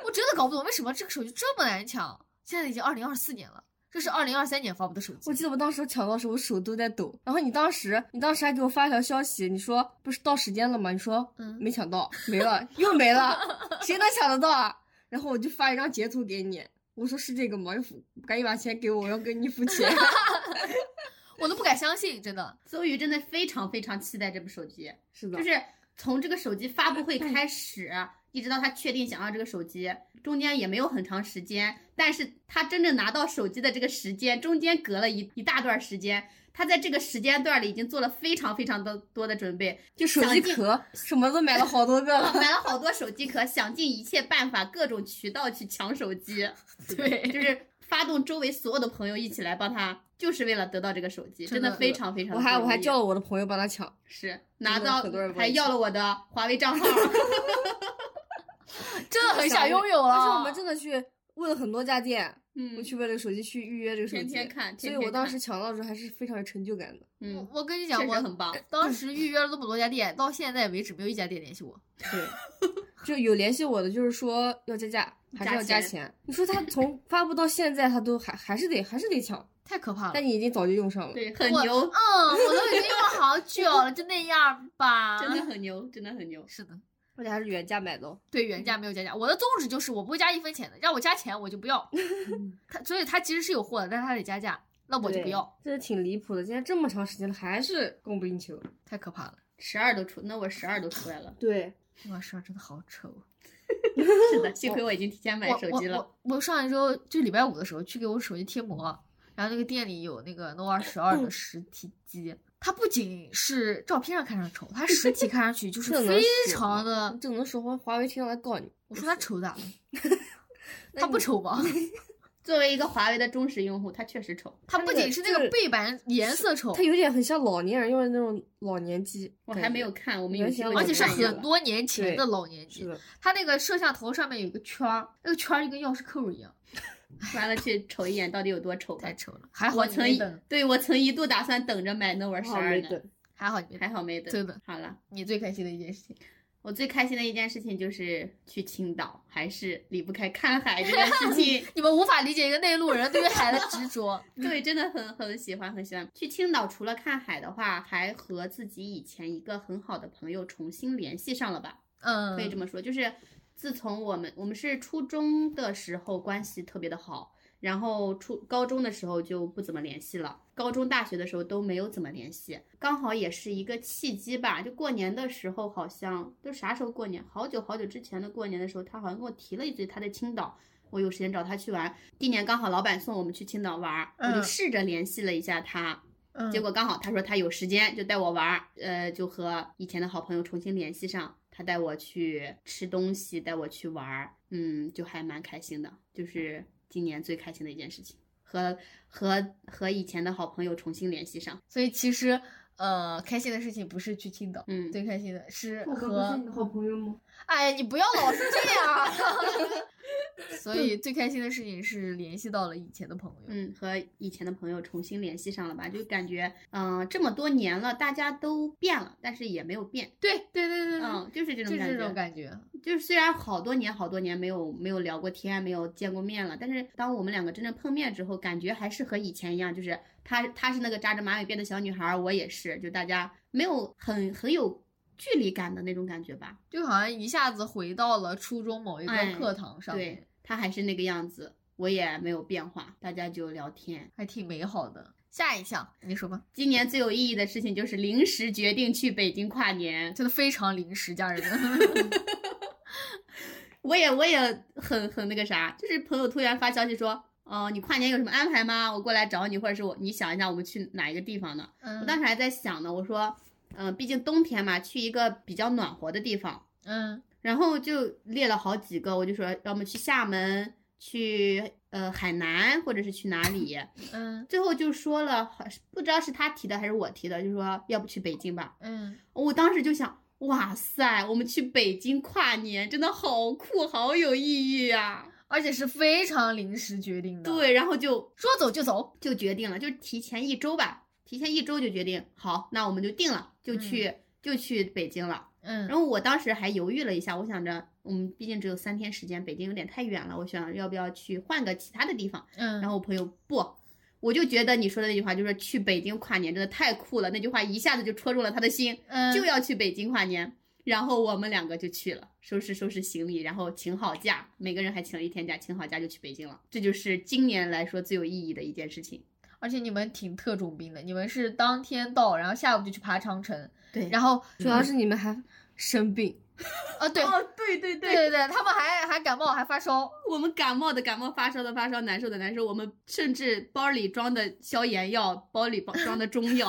我真的搞不懂为什么这个手机这么难抢。现在已经二零二四年了，这是二零二三年发布的手机我。记得我当时抢到的时候，我手都在抖。然后你当时，你当时还给我发条消息，你说不是到时间了吗？你说嗯没抢到，没了，又没了，谁能抢得到啊？然后我就发一张截图给你，我说是这个吗？又付赶紧把钱给我，我要给你付钱。我都不敢相信，真 的。邹宇真的非常非常期待这部手机， 是的，就是嗯从这个手机发布会开始，一直到他确定想要这个手机，中间也没有很长时间。但是他真正拿到手机的这个时间，中间隔了一一大段时间。他在这个时间段里已经做了非常非常多多的准备，就手机想尽壳什么都买了好多个 了。买了好多手机壳，想尽一切办法，各种渠道去抢手机。 对就是发动周围所有的朋友一起来帮他，就是为了得到这个手机，真真的的非常非常我不容易。还我还叫了我的朋友帮他抢，是拿真的到很多人帮还你要了我的华为 账号，真 的很想拥有了。嗯但是我们真的去问了很多家店，我嗯，去为这个手机去预约这个手天机，天看，所天以天我当看时抢到的时候还是非常有成就感 的。嗯，我我跟你确讲，实我很棒，当时预约了这么多家店，到现在为止没有一家店联系我。对，就有联系我的，就是说要加价，还是要加加钱钱。你说他从发布到现在，他都还还是得还是得抢，太可怕了！但你已经早就用上了。 对，很我牛，嗯，我都已经用了好久了，就那样啊吧。真的很牛，真的 很牛，是的，而且还是原价买的哦，对原价没有加价。我的宗旨就是我不会加一分钱的，让我加钱我就不 要。他所以他其实是有货的，但是他得加价，那我就不对要，，这挺离谱的。现在这么长时间了，还是供不应求。，太可怕了。十二都出，那我十二都出来了 对，我十二真的好丑。是的，幸亏我已经提前买我手机了，我我我上一周就礼拜五的时候去给我手机贴膜，然后那个店里有那个 Nova 十二的实体机，它不仅是照片上看上丑，它实体看上去 就是这能非说常吗的。这能说话华为听到来告你？我说它丑咋了？那它不你丑 吗？作为一个华为的忠实用户，它确实丑，它它不那个仅是那就个是背板颜色丑它，有点很像老年人用的那种老年机，我感还没觉有看，我们原有机型会而我且去是看见看一很了下多年前对的老年是机。的，它那个摄像头上面有一个圈儿，那个圈儿就跟钥匙扣一样，完了去瞅一眼到底有多丑吧太。丑了。还好我你曾没一等，对我曾一度打算等着买 Nova 十好二没呢，等。还好你没还等。好没等。对的，好了，你最开心的一件事情，。我最开心的一件事情就是去青岛，还是离不开看海这件事情你们无法理解一个内陆人对于海的执 着。对，真的很很喜欢，很喜欢。去青岛除了看海的话，还和自己以前一个很好的朋友重新联系上了吧？嗯，可以这么说，就是自从我们我们是初中的时候关系特别的好，然后初高中的时候就不怎么联系了，高中大学的时候都没有怎么联系，刚好也是一个契机吧，就过年的时候好像都啥时候过年，好久好久之前的过年的时候，他好像跟我提了一嘴他在青岛。我有时间找他去玩，今年刚好老板送我们去青岛玩儿，我就嗯试着联系了一下他，嗯结果刚好他说他有时间，就带我玩儿，呃，就和以前的好朋友重新联系上，他带我去吃东西，带我去玩儿，嗯，就还蛮开心的，就是今年最开心的一件事情，和和和以前的好朋友重新联系上，所以其实呃，开心的事情不是去青岛，嗯，最开心的是我哥不是和你的好朋友吗？哎呀，你不要老是这 样。啊所以最开心的事情是联系到了以前的朋友。嗯，和以前的朋友重新联系上了吧，就感觉，嗯、这么多年了，大家都变了，但是也没有变，对对对对对，嗯，就是这就是种感觉，这种感觉。就是虽然好多年好多年没有没有聊过天，没有见过面了，但是当我们两个真正碰面之后，感觉还是和以前一样，就是她她是那个扎着马尾辫的小女孩儿，我也是，就大家没有很很有距离感的那种感觉吧。就好像一下子回到了初中某一哎个课堂上面，对，她还是那个样子，我也没有变化，大家就聊天。还挺美好的。下一项，你说吧，今年最有意义的事情就是临时决定去北京跨年，真的非常临时，家人 们。我也我也很很那个啥，就是朋友突然发消息说。哦，你跨年有什么安排吗？我过来找你，或者是我，你想一下我们去哪一个地方呢？我嗯当时还在想呢，我说，嗯、毕竟冬天嘛，去一个比较暖和的地方，嗯然后就列了好几个，我就说，要么去厦门，去呃海南，或者是去哪里。嗯最后就说了，好不知道是他提的还是我提的，就说要不去北京吧。嗯，我当时就想，哇塞，我们去北京跨年，真的好酷，好有意义呀、而且是非常临时决定的，，对，然后就说走就走。就决定了，就提前一周吧，提前一周就决定，好，那我们就定了，就去、就去北京了。嗯然后我当时还犹豫了一下，我想着我们毕竟只有三天时间，北京有点太远了，我想要不要去换个其他的地方。嗯，然后我朋友不，我就觉得你说的那句话就是去北京跨年真的太酷了，那句话一下子就戳中了他的心，嗯就要去北京跨年。然后我们两个就去了，收拾收拾行李，然后请好假，每个人还请了一天假，请好假就去北京了。这就是今年来说最有意义的一件事情。而且你们挺特种兵的，你们是当天到，然后下午就去爬长城，对然后主要嗯是你们还生病，啊对。哦，对对对对对，他们还还感冒，还发烧，我们感冒的感冒，发烧的发烧，难受的难受，我们甚至包里装的消炎药，包里包装的中药，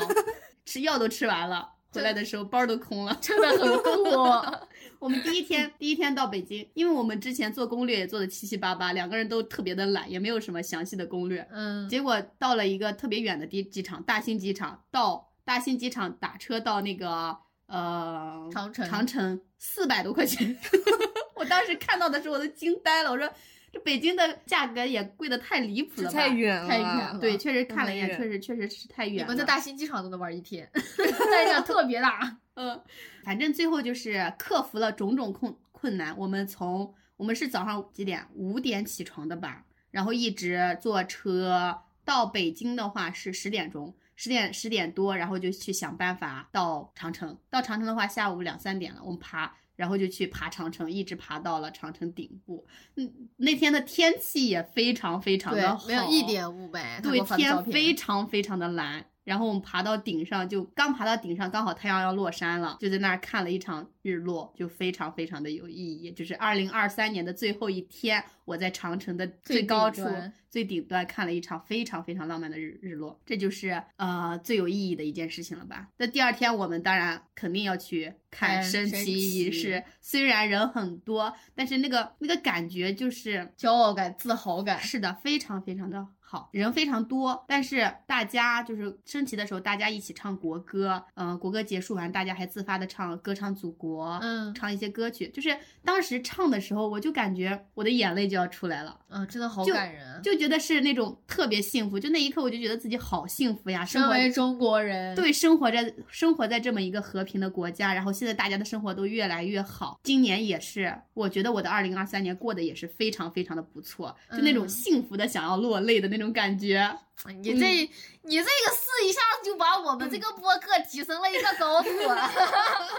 吃药都吃完了。回来的时候包都空了， 真的很苦。我们第一天第一天到北京，因为我们之前做攻略也做的七七八八，两个人都特别的懒，也没有什么详细的攻略。嗯，结果到了一个特别远的地机场，大兴机场，到大兴机场打车到那个呃长城长城四百多块钱， 我当时看到的时候我都惊呆了，我说这北京的价格也贵的太离谱这了吧，太远了，太远了对，确实看了一眼，太远确实确实是太远你了。们在大兴机场都能玩一天， 代价特别大。嗯，反正最后就是克服了种种困困难，我们从我们是早上几点？五点起床的吧，然后一直坐车到北京的话是十点钟，十点十点多，然后就去想办法到长城。到长城的话，下午两三点了，我们爬。然后就去爬长城，一直爬到了长城顶部。嗯，那天的天气也非常非常的好，没有一点雾霾。他给对我发的照天片非常非常的蓝。然后我们爬到顶上，就刚爬到顶上，刚好太阳要落山了，就在那儿看了一场日落，就非常非常的有意义。就是二零二三年的最后一天，我在长城的最最高顶处、端最顶端看了一场非常非常浪漫的日日落，这就是呃最有意义的一件事情了吧？那第二天我们当然肯定要去看看升升旗仪旗式，虽然人很多，但是那个那个感觉就是骄傲感、自豪 感。是的，非常非常的好，人非常多，但是大家就是升旗的时候，大家一起唱国歌，嗯、国歌结束完，大家还自发的唱歌唱祖国，嗯唱一些歌曲，就是当时唱的时候，我就感觉我的眼泪就要出来了。 嗯，真的好就感人。就觉得是那种特别幸福，就那一刻我就觉得自己好幸福呀！生身活为中国人，，对，生活在生活在这么一个和平的国家，然后现在大家的生活都越来越好。今年也是，我觉得我的二零二三年过得也是非常非常的不错，就那种嗯幸福的想要落泪的那种感觉。你这、嗯你这个事一下子就把我们这个播客提升了一个高度啊！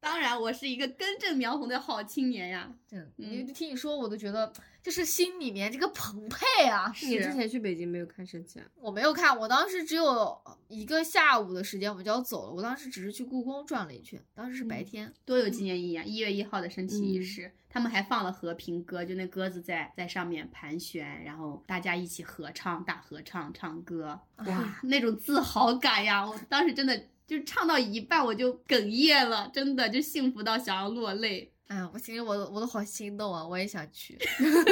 当然，我是一个根正苗红的好青年呀。真的，你听你说我都觉得，就是心里面这个澎湃啊！你之是前去北京没有看升旗啊？我没有看，我当时只有一个下午的时间，我们就要走了。我当时只是去故宫转了一圈，当时是嗯白天。多有纪念意义啊！一月一号的升旗仪嗯式，他们还放了和平鸽，就那鸽子在在上面盘旋，然后大家一起合唱、大合唱、唱歌，哎哇，那种自豪感呀！我当时真的就唱到一半我就哽咽了，真的就幸福到想要落泪。哎呀，我其实我都我都好心动啊，我也想 去，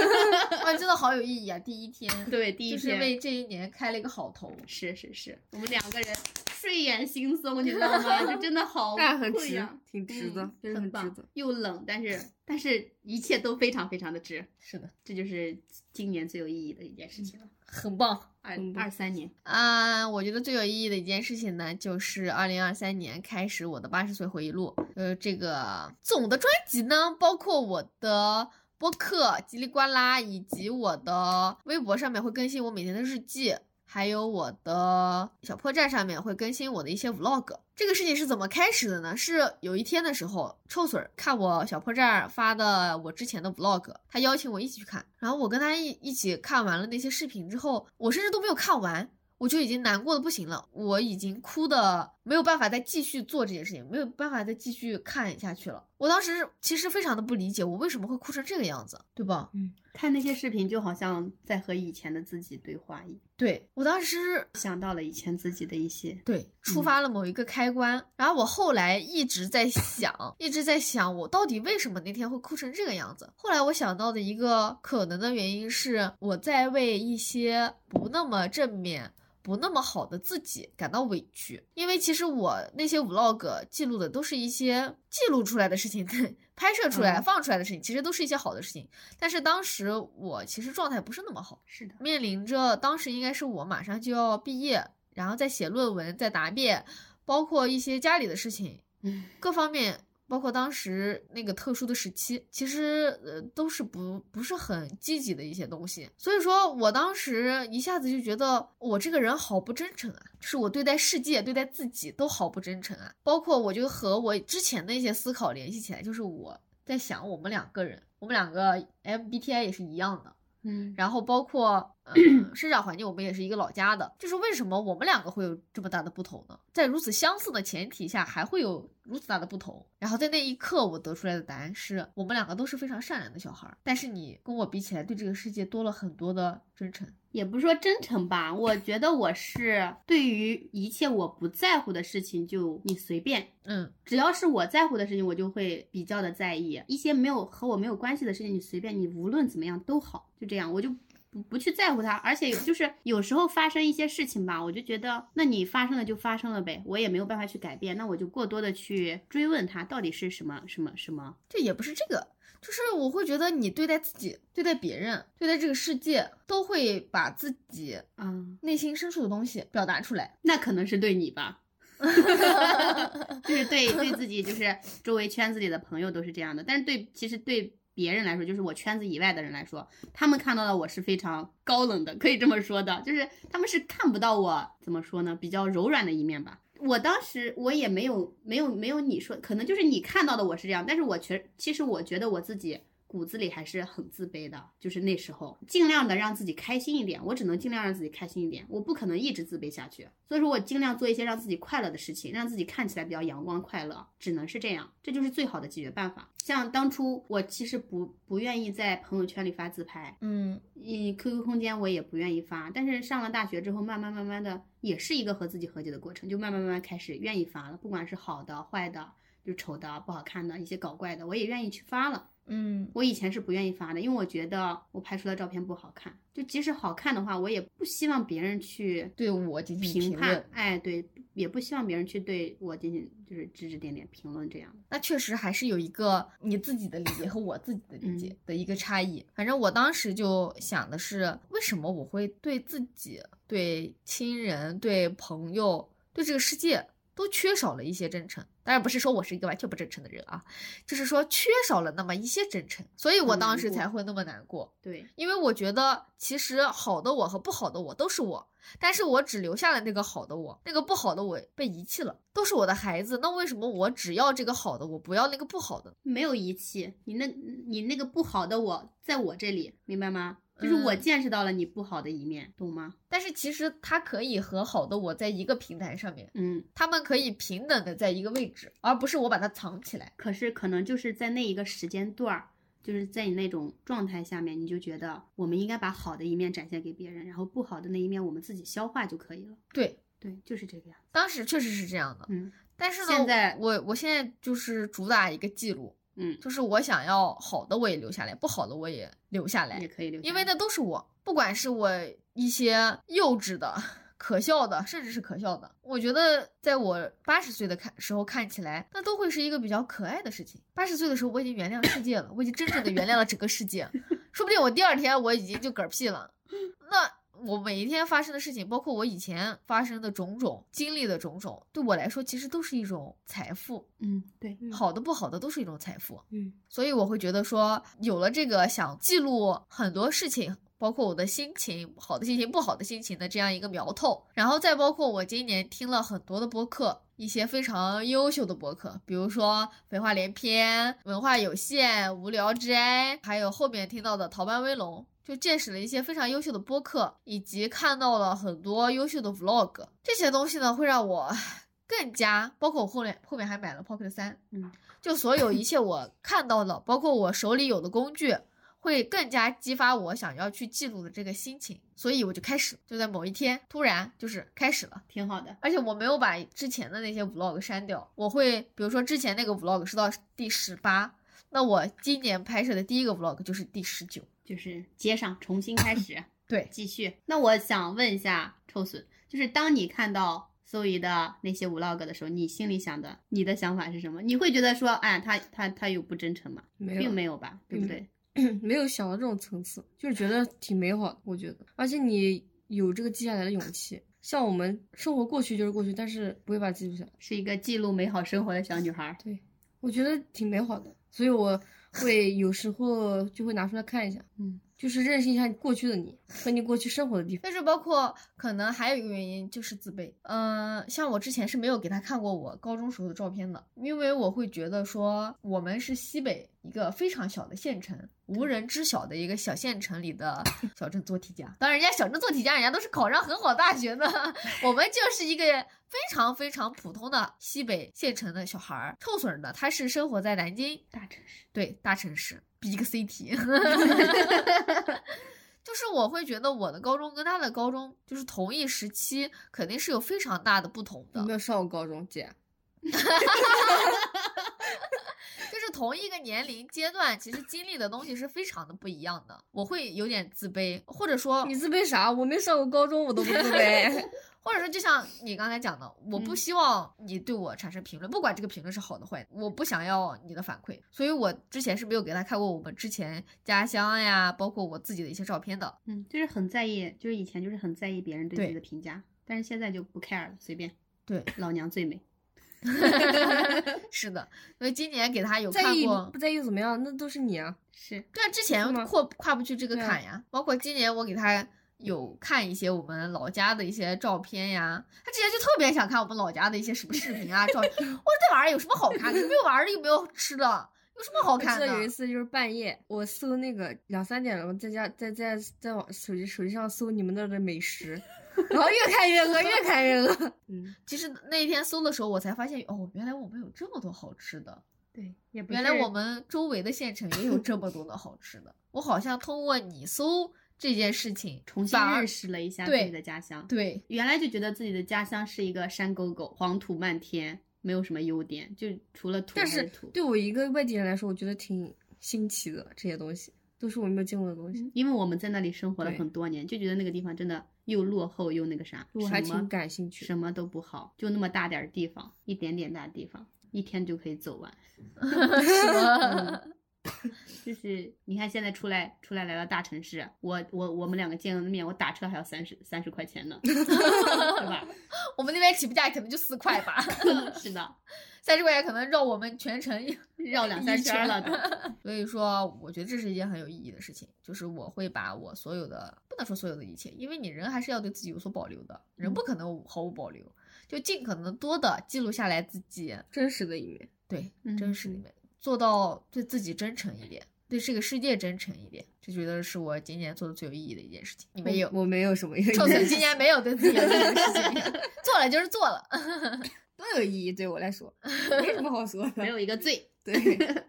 哇，真的好有意义啊！第一天，对，第一就是天、为这一年开了一个好头。是是是，我们两个人睡眼惺忪，你知道吗？就真的好但很困值哦呀，，挺值的嗯，真的很很值棒得。，又冷，但是但是一切都非常非常的值，是的，这就是今年最有意义的一件事情了。很棒。二嗯二三年，啊、我觉得最有意义的一件事情呢，就是二零二三年开始我的八十岁回忆录。呃，这个总的专辑呢，包括我的播客叽里呱啦，以及我的微博上面会更新我每天的日记，还有我的小破站上面会更新我的一些 vlog。这个事情是怎么开始的呢？是有一天的时候，臭水儿看我小破站发的我之前的 vlog，他邀请我一起去看，然后我跟他一一起看完了那些视频之后，我甚至都没有看完，我就已经难过的不行了，我已经哭的没有办法再继续做这件事情，没有办法再继续看下去了。我当时其实非常的不理解，我为什么会哭成这个样子，对吧？看那些视频就好像在和以前的自己对话一样，对我当时想到了以前自己的一些。对触发了某一个开关，然后我后来一直在想，一直在想我到底为什么那天会哭成这个样子。后来我想到的一个可能的原因是，我在为一些不那么正面。不那么好的自己感到委屈，因为其实我那些 vlog 记录的都是一些记录出来的事情， 拍摄出来、嗯放出来的事情，其实都是一些好的事情。但是当时我其实状态不是那么好，是的，面临着当时应该是我马上就要毕业，然后再写论文、再答辩，包括一些家里的事情，嗯，各方面，包括当时那个特殊的时期，其实呃都是不不是很积极的一些东西。所以说我当时一下子就觉得我这个人好不真诚啊，就是我对待世界、对待自己都好不真诚啊。包括我就和我之前的一些思考联系起来，就是我在想我们两个人，我们两个 MBTI 也是一样的。嗯，然后包括嗯，生长环境我们也是一个老家的，这是为什么我们两个会有这么大的不同呢？在如此相似的前提下，还会有如此大的不同。然后在那一刻，我得出来的答案是我们两个都是非常善良的小孩儿，但是你跟我比起来，对这个世界多了很多的真诚。也不是说真诚吧，我觉得我是对于一切我不在乎的事情就你随便，嗯只要是我在乎的事情，我就会比较的在意；一些没有和我没有关系的事情，你随便，你无论怎么样都好，就这样，我就不不去在乎它。而且就是有时候发生一些事情吧，我就觉得，那你发生了就发生了呗，我也没有办法去改变，那我就过多的去追问它到底是什么什么什么。这也不是这个，就是我会觉得你对待自己、对待别人、对待这个世界，都会把自己嗯，内心深处的东西表达出来。那可能是对你吧， 就是对对自己，就是周围圈子里的朋友都是这样的，但是对其实对别人来说，就是我圈子以外的人来说，他们看到的我是非常高冷的，可以这么说的，就是他们是看不到我怎么说呢，比较柔软的一面吧。我当时我也没有没有没有你说，可能就是你看到的我是这样，但是我觉其实我觉得我自己骨子里还是很自卑的，就是那时候尽量的让自己开心一点，我只能尽量让自己开心一点，我不可能一直自卑下去，所以说我尽量做一些让自己快乐的事情，让自己看起来比较阳光快乐，只能是这样，这就是最好的解决办法。像当初我其实不不愿意在朋友圈里发自拍，嗯嗯，QQ 空间我也不愿意发，但是上了大学之后，慢慢慢慢的也是一个和自己和解的过程，就慢慢慢慢开始愿意发了，不管是好的、坏的，就是丑的、不好看的一些搞怪的，我也愿意去发了。嗯，我以前是不愿意发的，因为我觉得我拍出的照片不好看，就即使好看的话，我也不希望别人去对我进行评评论判，哎，对，也不希望别人去对我进行就是指指点点、评论这样的。那确实还是有一个你自己的理解和我自己的理解的一个差异。反正我当时就想的是，为什么我会对自己、对亲人、对朋友、对这个世界都缺少了一些真诚？当然不是说我是一个完全不真诚的人啊，就是说缺少了那么一些真诚，所以我很难当时过才会那么难过。对，因为我觉得其实好的我和不好的我都是我，但是我只留下了那个好的我，那个不好的我被遗弃了，都是我的孩子。那为什么我只要这个好的，我不要那个不好的呢？没有遗弃你那，你那个不好的我，在我这里，明白吗？就是我嗯见识到了你不好的一面，懂吗？但是其实他可以和好的我在一个平台上面，嗯，他们可以平等的在一个位置，而不是我把它藏起来。可是可能就是在那一个时间段儿，就是在你那种状态下面，你就觉得我们应该把好的一面展现给别人，然后不好的那一面我们自己消化就可以了。对，对，就是这个样子。当时确实是这样的，嗯但是呢，现在我我现在就是主打一个记录，嗯，就是我想要好的我也留下来，不好的我也留下来也。可以留下来。因为那都是我，不管是我一些幼稚的、 可笑的，甚至是可笑的，我觉得在我八十岁的看时候看起来，那都会是一个比较可爱的事情。八十岁的时候，我已经原谅世界了，我已经真正的原谅了整个世界，说不定我第二天我已经就嗝屁了。那我每一天发生的事情，包括我以前发生的种种、经历的种种，对我来说其实都是一种财富，嗯，对，嗯好的不好的都是一种财富。嗯所以我会觉得说，有了这个想记录很多事情，包括我的心情，好的心情、不好的心情的这样一个苗头，然后再包括我今年听了很多的播客。一些非常优秀的播客，比如说《废话连篇》《文化有限》《无聊之哀》，还有后面听到的《逃班威龙》，就见识了一些非常优秀的播客，以及看到了很多优秀的 vlog。这些东西呢，会让我 更加，包括我后面后面还买了 Pocket 三，就所有一切我看到的，包括我手里有的工具，会更加激发我想要去记录的这个心情，所以我就开始，就在某一天突然就是开始了。挺好的。而且我没有把之前的那些 vlog 删掉，我会比如说之前那个 vlog 是到第十八，那我今年拍摄的第一个 vlog 就是第十九。就是接上，重新开始。对，继续。那我想问一下臭笋，就是当你看到搜姨的那些 vlog 的时候，你心里想的，你的想法是什么？你会觉得说，哎，他他他有不真诚吗？没有并没有吧，嗯对不对？没有想到这种层次，就是觉得挺美好的，我觉得，而且你有这个记下来的勇气。像我们生活过去就是过去，但是不会把它记录下来，是一个记录美好生活的小女孩儿。我觉得挺美好的，所以我会有时候就会拿出来看一下。嗯，就是认识一下你过去的你和你过去生活的地方。但是包括可能还有一个原因就是自卑。嗯、像我之前是没有给他看过我高中时候的照片的，因为我会觉得说我们是西北一个非常小的县城，无人知晓的一个小县城里的小镇做题家。当然，人家小镇做题家，人家都是考上很好大学的，我们就是一个非常非常普通的西北县城的小孩儿，臭损儿的。他是生活在南京，大城市，对，大城市，big city。就是我会觉得我的高中跟他的高中就是同一时期，肯定是有非常大的不同的你。没有上过高中，姐？就是同一个年龄阶段，其实经历的东西是非常的不一样的。我会有点自卑，或者说你自卑啥？我没上过高中，我都不自卑。 或者说，就像你刚才讲的，我不嗯希望你对我产生评论，不管这个评论是好的坏的，我不想要你的反馈。所以我之前是没有给他看过我们之前家乡呀，包括我自己的一些照片的。嗯，就是很在意，就是以前就是很在意别人对自对己的评价，但是现在就不 care 了，随便。对，老娘最美。是的，所以今年给他有在看意过不。在意怎么样？那都是你啊。是，对啊，之前是吗跨跨不去这个对啊坎呀，包括今年我给他。有看一些我们老家的一些照片呀，他之前就特别想看我们老家的一些什么视频啊、照片。 我说这玩意儿有什么好看的？又没有玩的，又没有吃的，有什么好我记看的得？有一次就是半夜，我搜那个两三点了，我在家在在在网手机手机上搜你们那儿的美食，然后越看越饿，越看越饿。嗯，其实那一天搜的时候，我才发现哦，原来我们有这么多好吃的，对，也不原来是我们周围的县城也有这么多的好吃的。我好像通过你搜这件事情，重新反而认识了一下自对己的家乡。对原来就觉得自己的家乡是一个山沟沟，黄土漫天，没有什么优点，就除了土但还是土。对我一个外地人来说，我觉得挺新奇的，这些东西都是我没有见过的东西。因为我们在那里生活了对很多年，就觉得那个地方真的又落后又那个啥，我还什么挺感兴趣的什么都不好，就那么大点儿地方，一点点大地方，一天就可以走完。 是吧？嗯就是你看现在出来出来来了大城市，我我我们两个见了面，我打车还要三十三十块钱 呢，对吧？ 我们那边起步价可能就四块吧，是的，三十块钱可能绕我们全城一 绕两三一圈儿了都。所以说，我觉得这是一件很有意义的事情，就是我会把我所有的，不能说所有的一切，因为你人还是要对自己有所保留的，人嗯不可能毫无保留，就尽可能多的记录下来自己真实的一面。对嗯真实里面，做到对自己真诚一点，对这个世界真诚一点，这觉得是我今年做的最有意义的一件事情。你们有？我没有什么意义，臭嘴今年没有对自己有意义的事情， 做了就是做了。 都有意义，对我来说没什么好说没的。有一个最。对，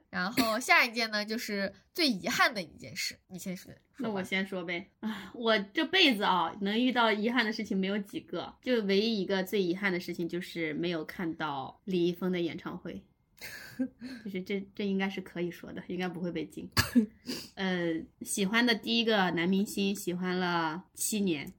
然后下一件呢，就是最遗憾的一件事，你先说。那说我吧先说呗，啊，我这辈子啊，能遇到遗憾的事情没有几个，就唯一一个最遗憾的事情就是没有看到李易峰的演唱会，就是这这应该是可以说的，应该不会被 禁。呃，喜欢的第一个男明星喜欢了七年，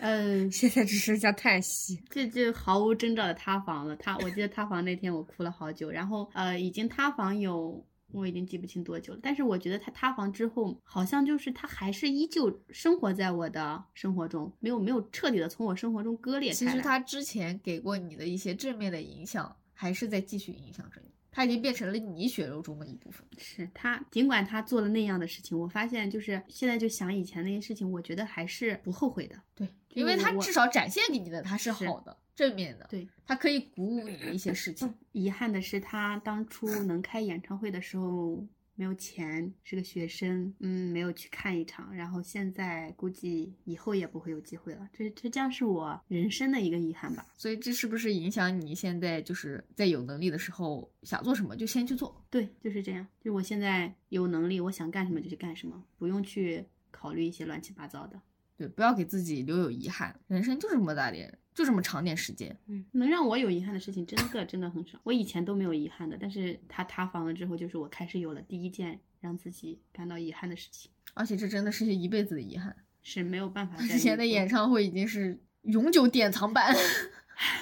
嗯、现在只剩下叹息。这就毫无征兆的塌房了。塌，我记得塌房那天我哭了好久，然后呃，已经塌房有我已经记不清多久了，但是我觉得他塌房之后，好像就是他还是依旧生活在我的生活中，没有没有彻底的从我生活中割裂其开实来。他之前给过你的一些正面的影响，还是在继续影响着你。他已经变成了你血肉中的一部分。是他，尽管他做了那样的事情，我发现就是现在就想以前那些事情，我觉得还是不后悔的。对，就因为他我至少展现给你的他是是好的、正面的，对，他可以鼓舞你一些事情。遗憾的是，他当初能开演唱会的时候没有钱，是个学生，嗯，没有去看一场。然后现在估计以后也不会有机会了，这这将是我人生的一个遗憾吧。所以这是不是影响你现在就是在有能力的时候想做什么就先去做？对，就是这样。就是我现在有能力，我想干什么就去干什么，不用去考虑一些乱七八糟的。对，不要给自己留有遗憾。人生就这么大点，就这么长点时间。能让我有遗憾的事情，真的真的很少。我以前都没有遗憾的，但是他塌房了之后，就是我开始有了第一件让自己感到遗憾的事情，而且这真的是一辈子的遗憾。是没有办法再之前弥的补演唱会已经是永久典藏版，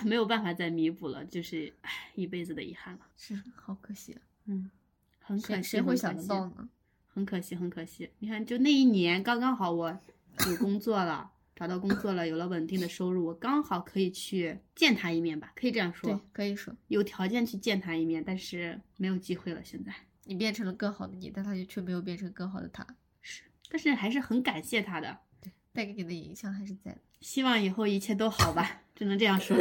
没有办法再弥补了，就是唉一辈子的遗憾了。 是好可惜啊。嗯，很可谁惜，谁会想得到很呢？可惜？很可惜，很可惜。你看，就那一年刚刚好，我有工作了，找到工作了，有了稳定的收入，我刚好可以去见他一面吧，可以这样对说，，可以说有条件去见他一面，但是没有机会了。现在你变成了更好的你，但他却没有变成更好的他。是但是还是很感谢他的，带给你的影响还是在的，希望以后一切都好吧，只能这样说。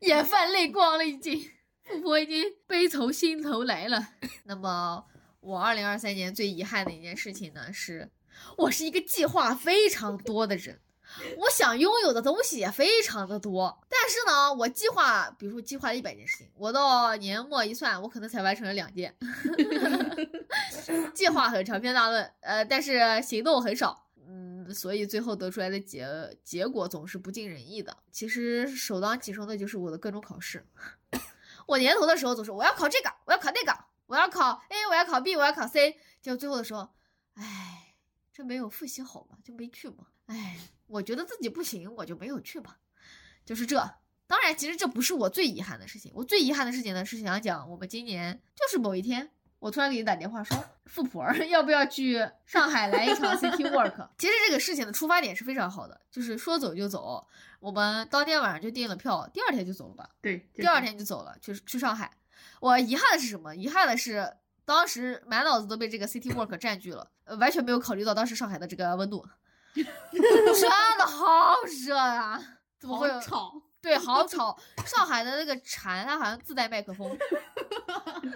眼泛泪光了，已经，富婆已经悲从心头来了。那么，我二零二三年最遗憾的一件事情呢，是我是一个计划非常多的人。我想拥有的东西也非常的多，但是呢，我计划，比如说计划了一百件事情，我到年末一算，我可能才完成了两件。 计划很长篇大论，呃，但是行动很少，嗯，所以最后得出来的结结果总是不尽人意的。其实首当其冲的就是我的各种考试。 我年头的时候总是我要考这个，我要考那个，我要考 A，我要考 B，我要考 C，结果最后的时候，唉，这没有复习好嘛，就没去嘛，唉。我觉得自己不行，我就没有去吧，就是这。当然，其实这不是我最遗憾的事情。我最遗憾的事情呢，是想讲我们今年就是某一天，我突然给你打电话说，富婆儿要不要去上海来一场 City Walk？其实这个事情的出发点是非常好的，就是说走就走。我们当天晚上就订了票，第二天就走了吧，对，第二天就走了，去去上海。我遗憾的是什么？遗憾的是当时满脑子都被这个 City Walk 占据了，呃完全没有考虑到当时上海的这个 温度。真的好热啊！怎么会有好？ 吵，对，好吵。上海的那个蝉，它好像自带麦克风，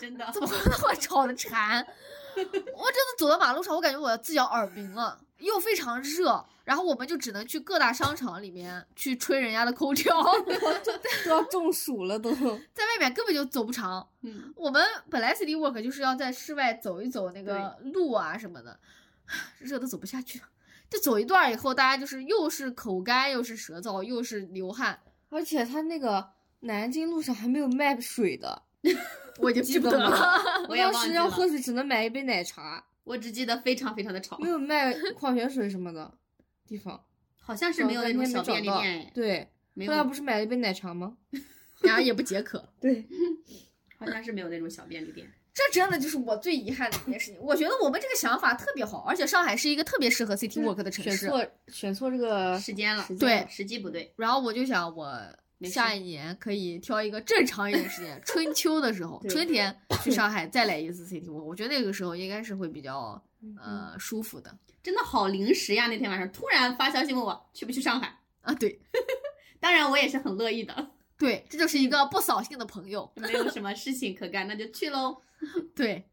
真的怎 么会那么吵的蝉？我真的走到马路上，我感觉我要自咬耳鸣了，又非常热。然后我们就只能去各大商场里面去吹人家的空调， 都要中暑了都。在外面根本就走不长。嗯，我们本来 city walk 就是要在室外走一走那个路啊什么的，热的走不下去了。就走一段以后，大家就是又是口干，又是舌燥，又是流汗，而且他那个南京路上还没有卖水的，我已经记记不得得了。我也当忘时记要了，喝水只能买一杯奶茶，我只记得非常非常的吵没，有卖矿泉水什么的 地方，好像是没有那种小找便半利天没店找到哎，对，没啊后来有不，是买了一杯奶茶吗？ 然后也 不解渴。对，好像是没有那种小便利店。这真的就是我最遗憾的一件事情。我觉得我们这个想法特别好，而且上海是一个特别适合 city walk 的城选市。错选错这个时间了时间对了时机不对，然后我就想，我没事下一年可以挑一个正常一点的时间，春秋的时候，对春天去上海再来一次 city walk，我觉得那个时候应该是会比较嗯呃舒服的真的好临时呀！那天晚上突然发消息问我去不去上海，啊。对当然我也是很乐意的，对，这就是一个不扫兴的朋友。没有什么事情可干，那就去喽。对，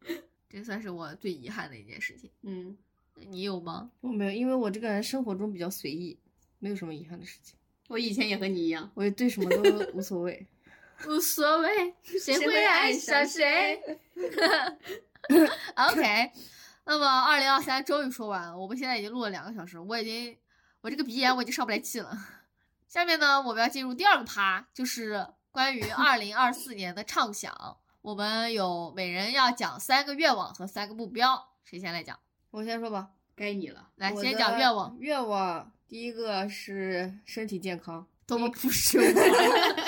这算是我最遗憾的一件事情。嗯，你有吗？我没有，因为我这个人生活中比较随意，没有什么遗憾的事情，我以前也和你一样，我也对什么都无所谓。无所谓，谁谁会会爱爱上上谁？OK，那 么二零二三终于说完了，我们现在已经录了两个小时，我已经我这个鼻炎我已经上不来气了。下面呢，我们要进入第二个趴，就是关于二零二四年的畅想。我们有每人要讲三个愿望和三个目标，谁先来讲？我先说吧，该你了。来，我先的讲愿望。。愿望第一个是身体健康，多么朴实无华。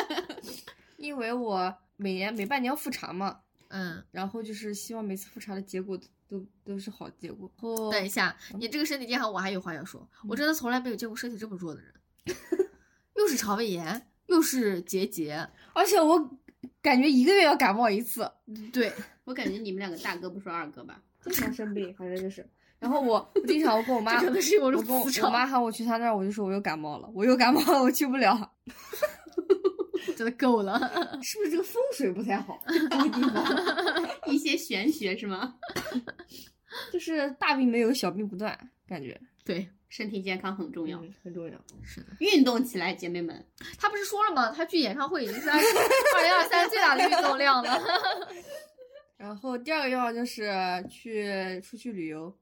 因为我每年每半年要复查嘛， 嗯，然后就是希望每次复查的结果都都是好结果。哦然后等一下，你这个身体健康，我还有话要说。嗯我真的从来没有见过身体这么弱的人， 又是肠胃炎，又是结节，而且我感觉一个月要感冒一次，对，我感觉你们两个大哥不说二哥吧？经常生病，反正就是。然后我我经常我跟我妈 这，可能是我啊我的跟我磁我场，妈喊我去她那儿，我就说我又感冒了，我又感冒了，我去不了，真的够了。 是不是这个风水不太好？这个地方一些玄学是吗？就是 大病没有，小病不断，感觉对，身体健康很重要，嗯很重要。是的，运动起来，姐妹们。他不是说了吗？他去演唱会已经是 他二零二三最大的运动量了。 然后第二个愿望就是去出去旅游，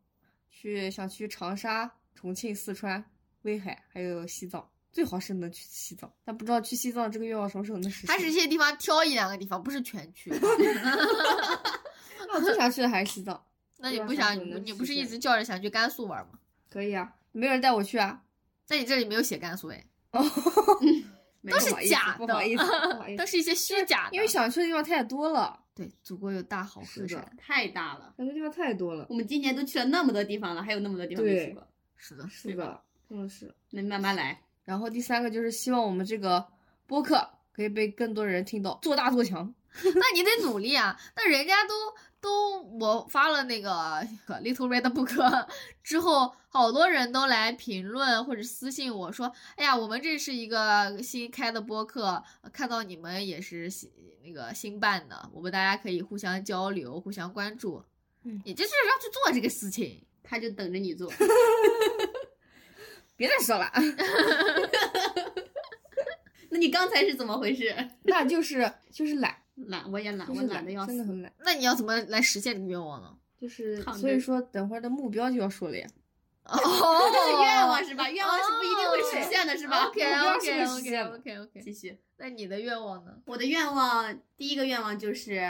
去想去长沙、重庆、四川、威海，还有西藏，最好是能去西藏，但不知道去西藏这个愿望什么时候能实现。他只是一些地方挑一两个地方，不是全去。 那啊我最想去的还是西藏，那你不想不知道啥时候能你不是实一现直叫着想去甘肃玩吗？可以啊，没有人带我去 啊，那你这里没有写甘肃哎，没都不是好意思假不的好意思，不好意都思，是一些虚假的。哎因为想去的地方太多了，对祖国有大好河是山的。，太大了。想去的地方太多了，我们今年都去了那么多地方了，还有那么多地方没对去过，是的，是的，真的是。那慢慢来。然后第三个就是希望我们这个播客可以被更多人听到，做大做强。那你得努力啊！那人家都都我发了那个 Little Red Book 之后，好多人都来评论或者私信我说：“哎呀，我们这是一个新开的播客，看到你们也是新那个新办的，我们大家可以互相交流、互相关注。”嗯也就是要去做这个事情。他就等着你做。 别再说了， 那你刚才是怎么回事？那就是就是懒，懒，我也懒，就我是懒懒得要真的死。很懒。那你要怎么来实现这个愿望呢？ 就是躺所以着说，等会儿的目标就要说了呀，这是哦愿望是吧？愿望是不一定会实现的，是吧 OK 目标 OK 是会实 OK 现的 OK OK。继续，那你的愿望呢？我的愿望第一个愿望就是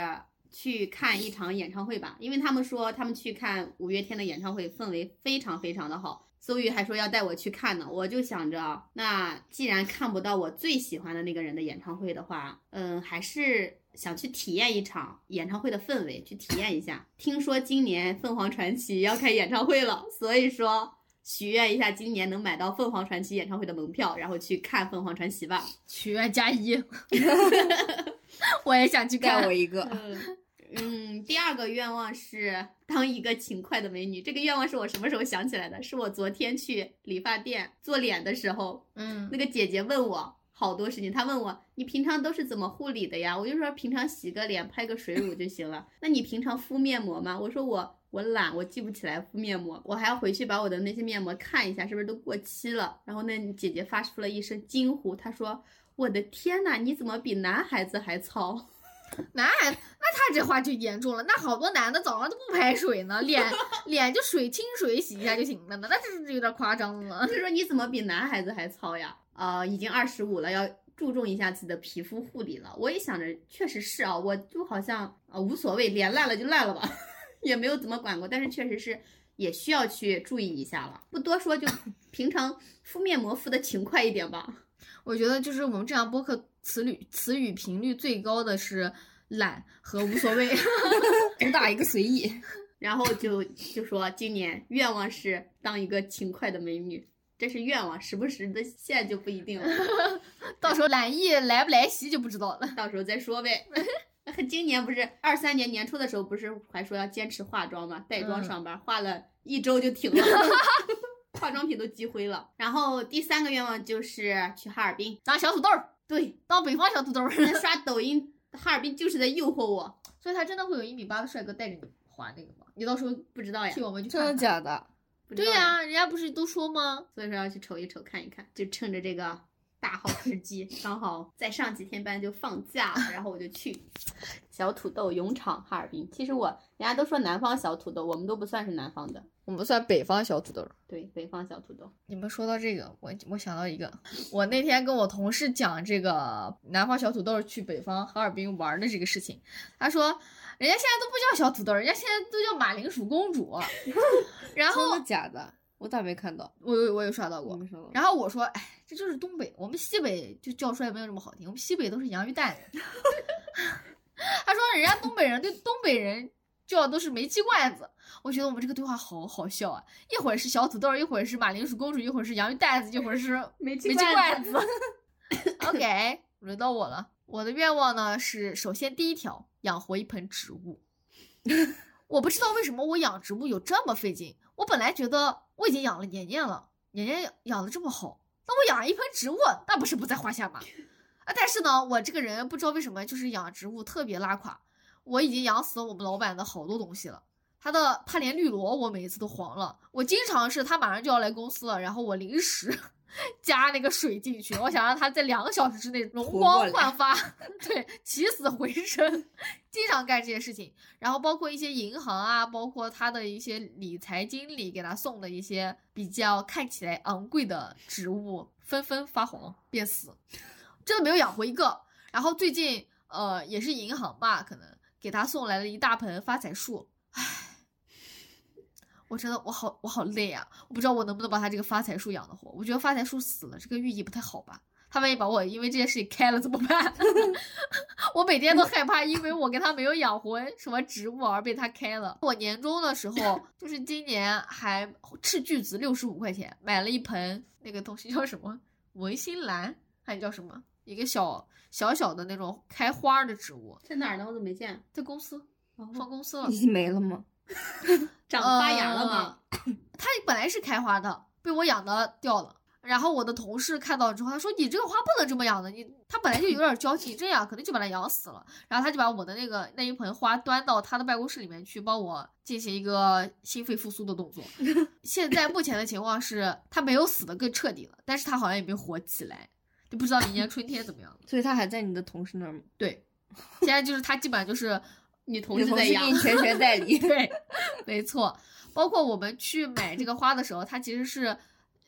去看一场演唱会吧，因为他们说他们去看五月天的演唱会，氛围非常非常的好。邹宇还说要带我去看呢，我就想着，那既然看不到我最喜欢的那个人的演唱会的话，嗯，还是想去体验一场演唱会的氛围，去体验一下。听说今年凤凰传奇要开演唱会了，所以说许愿一下，今年能买到凤凰传奇演唱会的门票，然后去看凤凰传奇吧。许愿加 一， 我也想去看干 我。一个。嗯嗯，第二个愿望是当一个勤快的美女。这个愿望是我什么时候想起来的？是我昨天去理发店做脸的时候，嗯那个姐姐问我好多事情，她问我你平常都是怎么护理的呀？我就说平常洗个脸，拍个水乳就行了。那你平常敷面膜吗？我说我我懒，我记不起来敷面膜，我还要回去把我的那些面膜看一下是不是都过期了。然后那姐姐发出了一声惊呼，她说：“我的天呐，你怎么比男孩子还糙？”男孩，那他这话就严重了。那好多男的早上都不排水呢，脸 脸就水清水洗一下就行了呢，那这是有点夸张了。他说你怎么比男孩子还糙呀？呃，已经二十五了，要注重一下自己的皮肤护理了。我也想着，确实是啊，我就好像呃无所谓，脸烂了就烂了吧， 也没有怎么管过，但是确实是也需要去注意一下了。不多说，就平常敷面膜敷的勤快一点吧。我觉得就是我们这样播客词语词语频率最高的是懒和无所 谓。 主打一个随意，然后就就说今年愿望是当一个勤快的美女，这是愿望，时不时的现在就不一定了。到时候懒意来不来袭就不知道了。到时候再说呗。 今年不是二三年年初的时候，不是还说要坚持化妆吗？带妆上班，化了一周就 停了，化妆品都积灰了。然后第三个愿望就是去哈尔滨，当小土豆儿，对，当北方小土豆儿。 那刷抖音，哈尔滨就是在诱惑我，所以他真的会有一米八的帅哥带着你滑那个吗？你到时候不知道呀替，我们去真的看看。假的？不知对道呀、人家不是都说吗？所以说要去瞅一瞅，看一看，就趁着这个。大好时机，刚好再上几天班就放假了，然后我就去 小土豆勇闯哈尔滨。其实我人家都说南方小土豆，我们都不算是南方的，我们算北方小土豆。对，北方小土豆。你们说到这个，我我想到一个，我那天跟我同事讲这个南方小土豆去北方哈尔滨玩的这个事情，他说人家现在都不叫小土豆，人家现在都叫马铃薯公主。 然后真的嗯假的？我咋没看到？我有我有刷到我过，没说到。然后我说，哎，这就是东北，我们西北就叫出来没有这么好听，我们西北都是洋芋蛋。他说人家东北人对东北人叫都是煤气罐子，我觉得我们这个对话好好笑啊！一会儿是小土豆，一会儿是马铃薯公主，一会儿是洋芋蛋子，一会儿是煤煤气罐子。OK，轮到我了。我的愿望呢是，首先第一条，养活一盆植物。我不知道为什么我养植物有这么费劲。我本来觉得我已经养了年年了，年年养养的这么好，那我养一盆植物，那不是不在话下吗？啊，但是呢，我这个人不知道为什么就是养植物特别拉垮。我已经养死我们老板的好多东西了。他的他连绿萝我每一次都黄了，我经常是他马上就要来公司了，然后我临时 加那个水进去，我想让他在两个小时之内容活过光来焕发， 对，起死回生，经常干这些事情。然后包括一些银行啊，包括他的一些理财经理给他送的一些比较看起来昂贵的植物，纷纷发黄变死，真的没有养活一个。然后最近呃也是银行吧，可能给他送来了一大盆发财树，唉，我真的我好我好累啊！我不知道我能不能把他这个发财树养得活。我觉得发财树死了，这个寓意不太好吧？他万一把我因为这件事情开了怎么办？ 我每天都害怕，因为我跟他没有养活什么植物而被他开了。我年终的时候，就是今年还斥巨资六十五块钱买了一盆那个东西叫什么文心兰，还叫什么一个小小小的那种开花儿的植物，在哪儿呢？我怎么没见？在公司。哦上公司了已，经没了吗？长发芽了吗？呃？它本来是开花的，被我养的掉了。然后我的同事看到之后，他说：“你这个花不能这么养的，你它本来就有点娇气，这样肯定就把它养死了。”然后他就把我的那个那一盆花端到他的办公室里面去，帮我进行一个心肺复苏的动作。现在目前的情况是，它没有死的更彻底了，但是它好像也没活起来，就不知道明年春天怎么样了。所以他还在你的同事那儿吗？对，现在就是它基本上 就是女同你事同在事养给，你全权代理，对，没错。包括我们去买这个花的时候，它其实是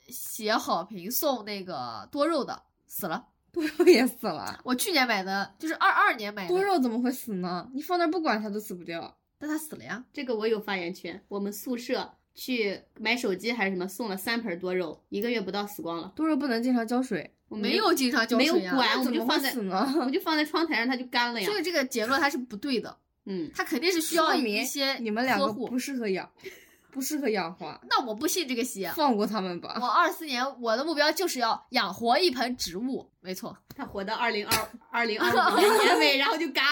写好评送那个多肉的，死了。多肉也 死了。我去年买的，就是二二年买的，多，肉怎么会死呢？你放那儿不管它都死不掉。但它死了呀。这个我有发言权。我们宿舍去买手机还是什么，送了三盆多肉，一个月不到死光了。多肉不能经常浇水，我们没有经常浇没有水呀，管哎那我怎们就么会放在死呢？我就放在窗台上，它就干了呀所。以这个结论它是不对的，嗯，它肯定是需要说一明些你们两呵个护。不适合养，不适合养花，那我不信这个邪。放过他们吧。我二四年我的目标就是要养活一盆植物，没错。它活到二零二 二零二五年年尾，然后就嘎。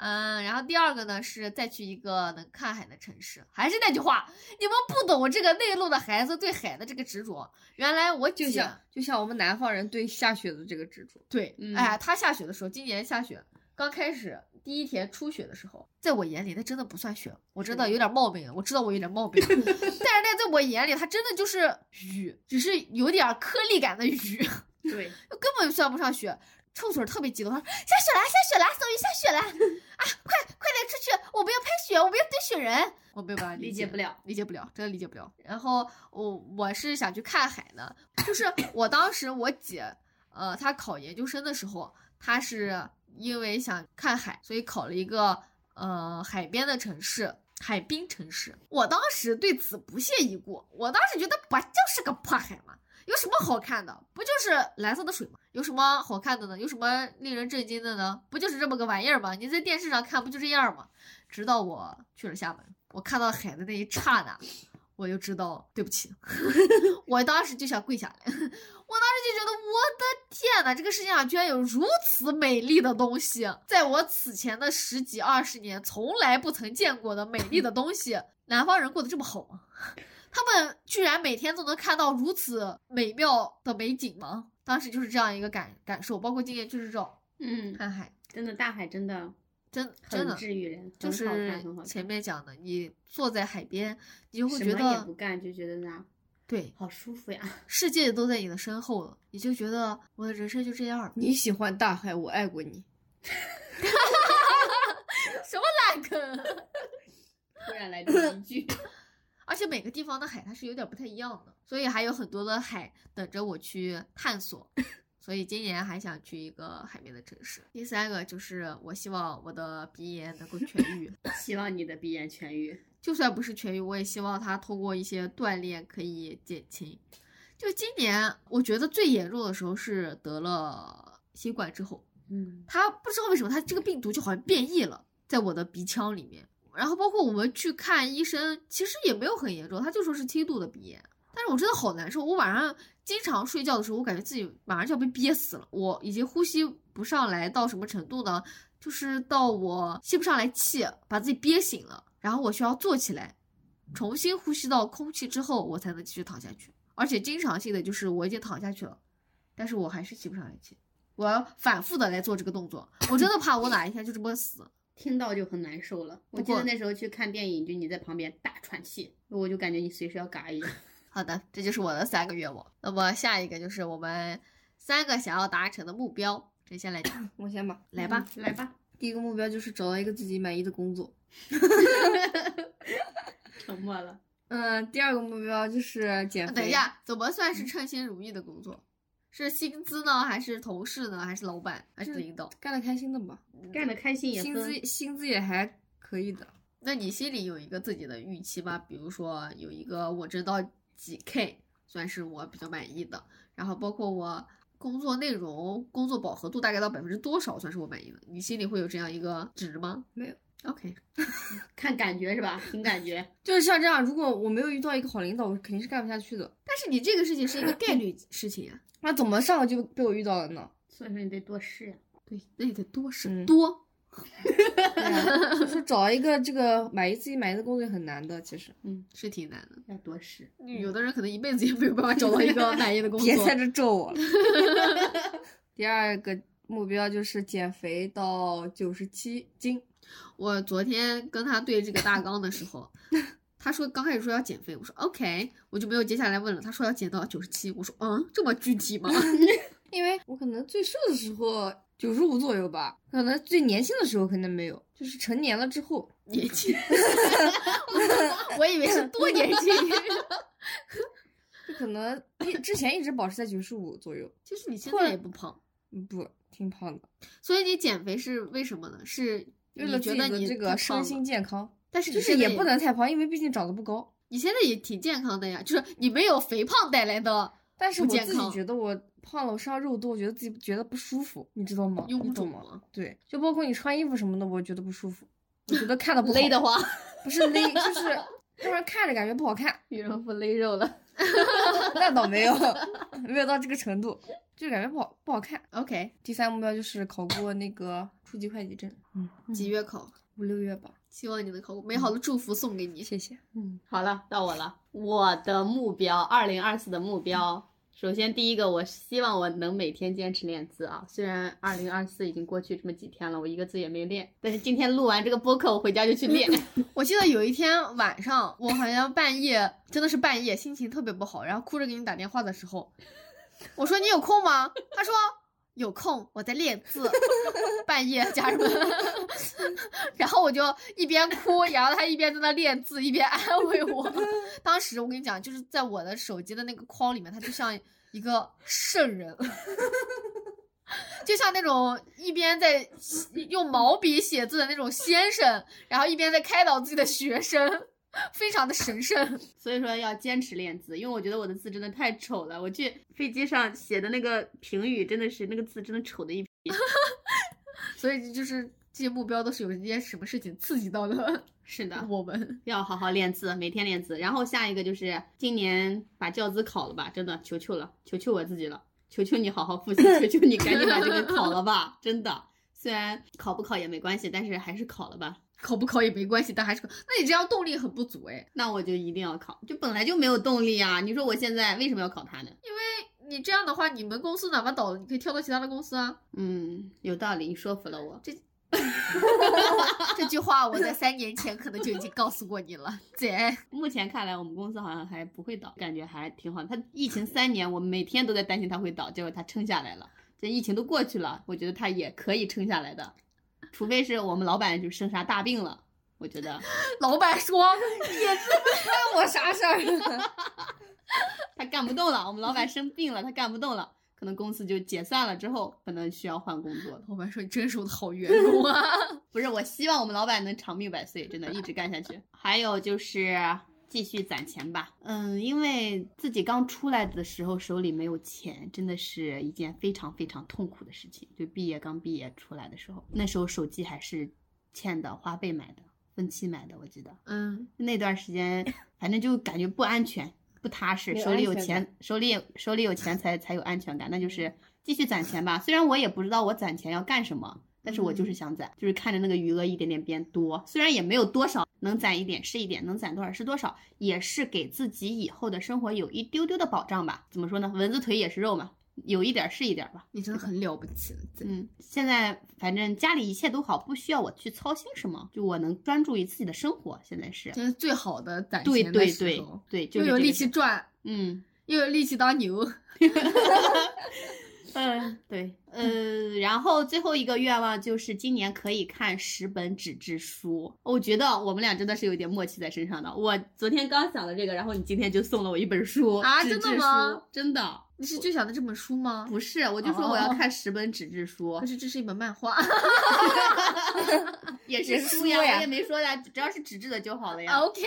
嗯，然后第二个呢是再去一个能看海的城市，还是那句话，你们不懂这个内陆的孩子对海的这个执着。原来我就姐像就像我们南方人对下雪的这个执着，对，嗯哎，她下雪的时候，今年下雪刚开始第一天初雪的时候，在我眼里那真的不算雪，我真嗯的有点冒昧了，我知道我有点 冒昧了，但是那在我眼里它真的就是雨，只是有点颗粒感的雨。对，根本算不上雪。臭水儿特别激动，他说：“下雪啦，下雪啦，小雨下雪啦！啊，快快点出去，我们要拍雪，我们要堆雪人。”我没有办法理解解不了。理解不了，真的理解不了。然后我我是想去看海呢，就是我当时我姐，呃，她考研究生的时候，她是因为想看海，所以考了一个呃海边的城市。海滨城市，我当时对此不屑一顾。我当时觉得不就是个破海嘛，有什么好看的？不就是蓝色的水吗？有什么好看的呢？有什么令人震惊的呢？不就是这么个玩意儿吗？你在电视上看不就这样吗？直到我去了厦门，我看到海的那一刹那，我就知道对不起， 我当时就想跪下来，我当时就觉得我的天呐，这个世界上居然有如此美丽的东西，在我此前的十几二十年从来不曾见过的美丽的东西，南方人过得这么好吗？他们居然每天都能看到如此美妙的美景吗？当时就是这样一个感感受，包括今年就是这种嗯，看海，真的大海真的真真很的治愈人，就很好是看，很好看。前面讲的，你坐在海边，你就会什觉么也不得干就觉得那对，好舒服呀。 世界都在你的身后了，你就觉得我的人生就这样 了。你喜欢大海，我爱过你。什么烂梗？突然来这么 一句，而且每个地方的海它是有点不太一样的，所以还有很多的海等着我去探 索。所以今年还想去一个海边的城市。第三个就是我希望我的鼻炎能够痊愈，希望你的鼻炎痊愈。就算不是痊愈，我也希望它通过一些锻炼可以减轻。就今年，我觉得最严重的时候是得了新冠之后，嗯，它不知道为什么，它这个病毒就好像变异了，在我的鼻腔里面。然后包括我们去看医生，其实也没有很严重，他就说是轻度的鼻炎。但是我真的好难受，我晚上经常睡觉的时候，我感觉自己马上就要被憋死了，我已经呼吸不上来到什么程度呢？就是到我吸不上来气，把自己憋醒了，然后我需要坐起来，重新呼吸到空气之后，我才能继续躺下去。而且经常性的就是我已经躺下去了，但是我还是吸不上来气，我要反复的来做这个动作，我真的怕我哪一天就这么死。听到就很难受了。我不记得过那时候去看电影，就你在旁边大喘气，我就感觉你随时要嘎一样。好的，这就是我的三个愿望。那么下一个就是我们三个想要达成的目标，谁先来讲？我先吧。嗯来吧， 嗯来吧，第一个目标就是找到一个自己满意的工作。 沉默了。嗯，第二个目标就是减肥。啊 等一，下，怎么算是称心如意的工作？是薪资呢，还是同事呢，还是老板，还是是领导？干的开心的吧，干得开心也薪分资薪资也还可以的。那你心里有一个自己的预期吗？比如说有一个我挣到几 K 算是我比较满意的，然后包括我工作内容、工作饱和度大概到百分之多少算是我满意的？你心里会有这样一个值吗？没有。 OK，看感觉是吧？凭感觉。就是像这样，如果我没有遇到一个好领导，我肯定是干不下去的。但是你这个事情是一个概 率事情啊呀、那怎么上个就被我遇到了呢？ 所以说你得多试呀。对，那你得多试、嗯多对啊就是找一个这个满意自己满意的工作也很难的，其实。是挺难的。要多试。有的人可能一辈子也没有办法找到一 个满意的工作。嗯别在这咒我了。 第二个目标就是减肥到九十七斤，我昨天跟他对这个大纲的时 候，他说刚开始说要减肥，我说 OK，我就没有接下来问了。他说要减到九十七，我说嗯，这么具体吗？ 因为我可能最瘦的时候九十五左右吧，可能最年轻的时候可能没有，就是成年了之 后，年轻， 我以为是多年轻。 就可能一之前一直保持在九十五左右，其实你现或在者也不胖，嗯不挺胖的，所以你减肥是为什么呢？是为了你觉自己得你的太这个胖身了心，健康，但是就你是现在也不，能太胖，因为毕竟长得不高。你现在也挺健康的呀，就是你没有肥胖带来的但是不我健自己康觉得我胖了，我身上肉多，我觉得自己觉得不舒服，你知道吗？你臃肿懂吗？吗？对，就包括你穿衣服什么的，我觉得不舒服，我觉得看的不好 勒得慌，不是勒，就是让人看着感觉不好看。羽绒服勒 肉了。那倒没有， 没有到这个程度，就感觉不好不好看。 OK，第三目标就是考过那个初级会计证，几月考？五六月吧，希望你能考过。美好的祝福送给你。谢谢。嗯，好了，到我了。我的目标，二零二四的目标，首先第一个，我希望我能每天坚持练字啊。虽然二零二四已经过去这么几天了，我一个字也没练，但是今天录完这个播客，我回家就去练。我记得有一天晚上，我好像半夜，真的是半夜，心情特别不好，然后哭着给你打电话的时候，我说你有空吗？他说有空，我在练字。半夜家人们， 然后我就一边哭，然后他一边在那练字，一边安慰我。当时我跟你讲，就是在我的手机的那个框里面，他就像一个圣人。就像那种一边在用毛笔写字的那种先生，然后一边在开导自己的学生， 非常的神圣。 所以说要坚持练字，因为我觉得我的字真的太丑了。我去飞机上写的那个评语，真的是那个字真的丑的一批。所以就是这些目标都是有一些什么事情刺激到了是的， 我们。要好好练字，每天练字。然后下一个就是今年把教资考了吧，真的，求求了，求求我自己了，求求你好好复习，求求你赶紧把这个考了吧，真的。虽然考不考也没关系，但是还是考了吧。考不考也没关系，但还是考。那你这样动力很不足哎，那我就一定要考，就本来就没有动力啊！你说我现在为什么要考它呢？你这样的话，你们公司哪怕倒了，你可以跳到其他的公司啊。 嗯，有道理，你说服了我。这句话我在三年前可能就已经告诉过你了，姐。目前看来，我们公司好像还不会倒，感觉还挺好。它疫情三年，我每天都在担心它会倒，结果它撑下来了。这疫情都过去了，我觉得它也可以撑下来的，除非是我们老板就生啥大病了。我觉得老板说， 关我啥事儿？ 他干不动了，我们老板生病了，他干不动了，可能公司就解散了，之后可能需要换工作了。老板说你真是我的好员工 啊。不是，我希望我们老板能长命百岁，真的一直干下去。还有就是继续攒钱吧。嗯，因为自己刚出来的时候手里没有钱，真的是一件非常非常痛苦的事情。就毕业刚毕业出来的时候，那时候手机还是欠的花呗买的，分期买的，我记得嗯，那段时间，反正就感觉不安全、不踏实，没有手里有安全钱，手里有手里有钱才才有安全感。那就是继续攒钱吧。虽然我也不知道我攒钱要干什么，但是我嗯就是想攒，就是看着那个余额一点点变多，虽然也没有多少，能攒一点是一点，能攒多少是多少，也是给自己以后的生活有一丢丢的保障吧。怎么说呢？蚊子腿也是肉嘛，有一点儿是一点儿吧。你真的很了不起了，姐。嗯，现在反正家里一切都好，不需要我去操心什么，就我能专注于自己的生活。现在是。这是最好的攒对钱的对时对候，对，就又是有这力个气事，赚，嗯又有力气当牛。嗯，对，呃，然后最后一个愿望就是今年可以看十本纸质书。我觉得我们俩真的是有点默契在身上的。我昨天刚想了这个，然后你今天就送了我一本书啊纸真的质吗书真的你是就想的这本书吗？不是，我就说我要哦看十本纸质书可，是这是一本漫画。 也也是是书书呀，我呀也没说呀，只要是纸质的就好了呀。 OK，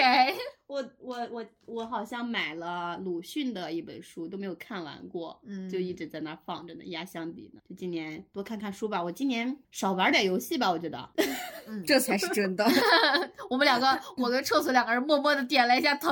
我我我我好像买了鲁迅的一本书，都没有看完过，嗯就一直在那儿放着呢，压箱底呢。就今年多看看书吧，我今年少玩点游戏吧，我觉得。嗯，这才是真的。我们两个，我跟臭 嘴两个人默默的点了一下 头。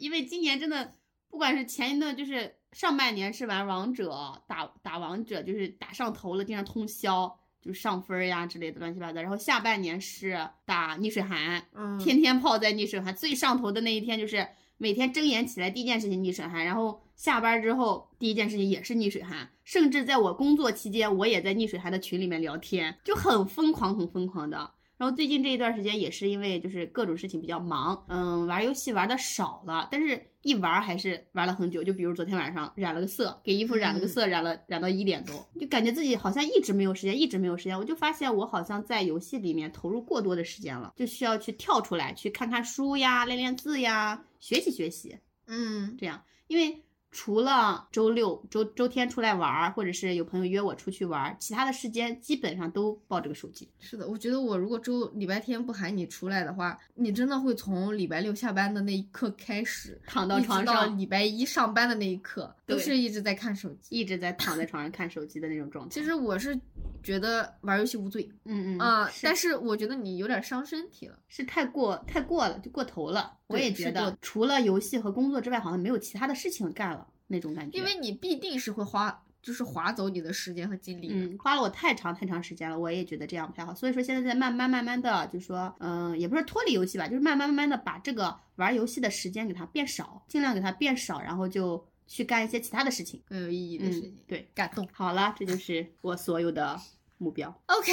因为今年真的，不管是前一段就是上半年是玩王者，打打王者就是打上头了，经常通宵，就是上分儿呀之类的乱七八糟。然后下半年是打逆水寒，嗯，天天泡在逆水寒，最上头的那一天就是每天睁眼起来第一件事情逆水寒，然后下班之后第一件事情也是逆水寒，甚至在我工作期间，我也在逆水寒的群里面聊天，就很疯狂，很疯狂的。然后最近这一段时间也是因为就是各种事情比较忙，嗯，玩游戏玩的少了，但是一玩还是玩了很久。就比如昨天晚上染了个色，给衣服染了嗯个色，染了染到一点多，就感觉自己好像一直没有时间，一直没有时间。我就发现我好像在游戏里面投入过多的时间了，就需要去跳出来，去看看书呀，练练字呀，学习学习。嗯这样，因为除了周六、周周天出来玩儿，或者是有朋友约我出去玩儿，其他的时间基本上都抱着个手机。是的，我觉得我如果周礼拜天不喊你出来的话，你真的会从礼拜六下班的那一刻开始，躺到一直床到上礼拜一上班的那一刻，都对是一直在看手机。一直在躺在床上看手机的那种状态。其实我是觉得玩游戏无罪嗯嗯啊、是但是我觉得你有点伤身体了。是太过太过了，就过头了。我对也是觉过得，除了游戏和工作之外，好像没有其他的事情干了那种感觉。因为嗯你必定是会花，就是划走你的时间和精力的。嗯，花了我太长太长时间了，我也觉得这样不太好。所以说现在在慢慢慢慢的，就说，嗯、也不是脱离游戏吧，就是慢慢慢慢的把这个玩游戏的时间给它变少，尽量给它变少，然后就去干一些其他的事情。更有意义的事情嗯，，对，感动。好了，这就是我所有的目标。 OK，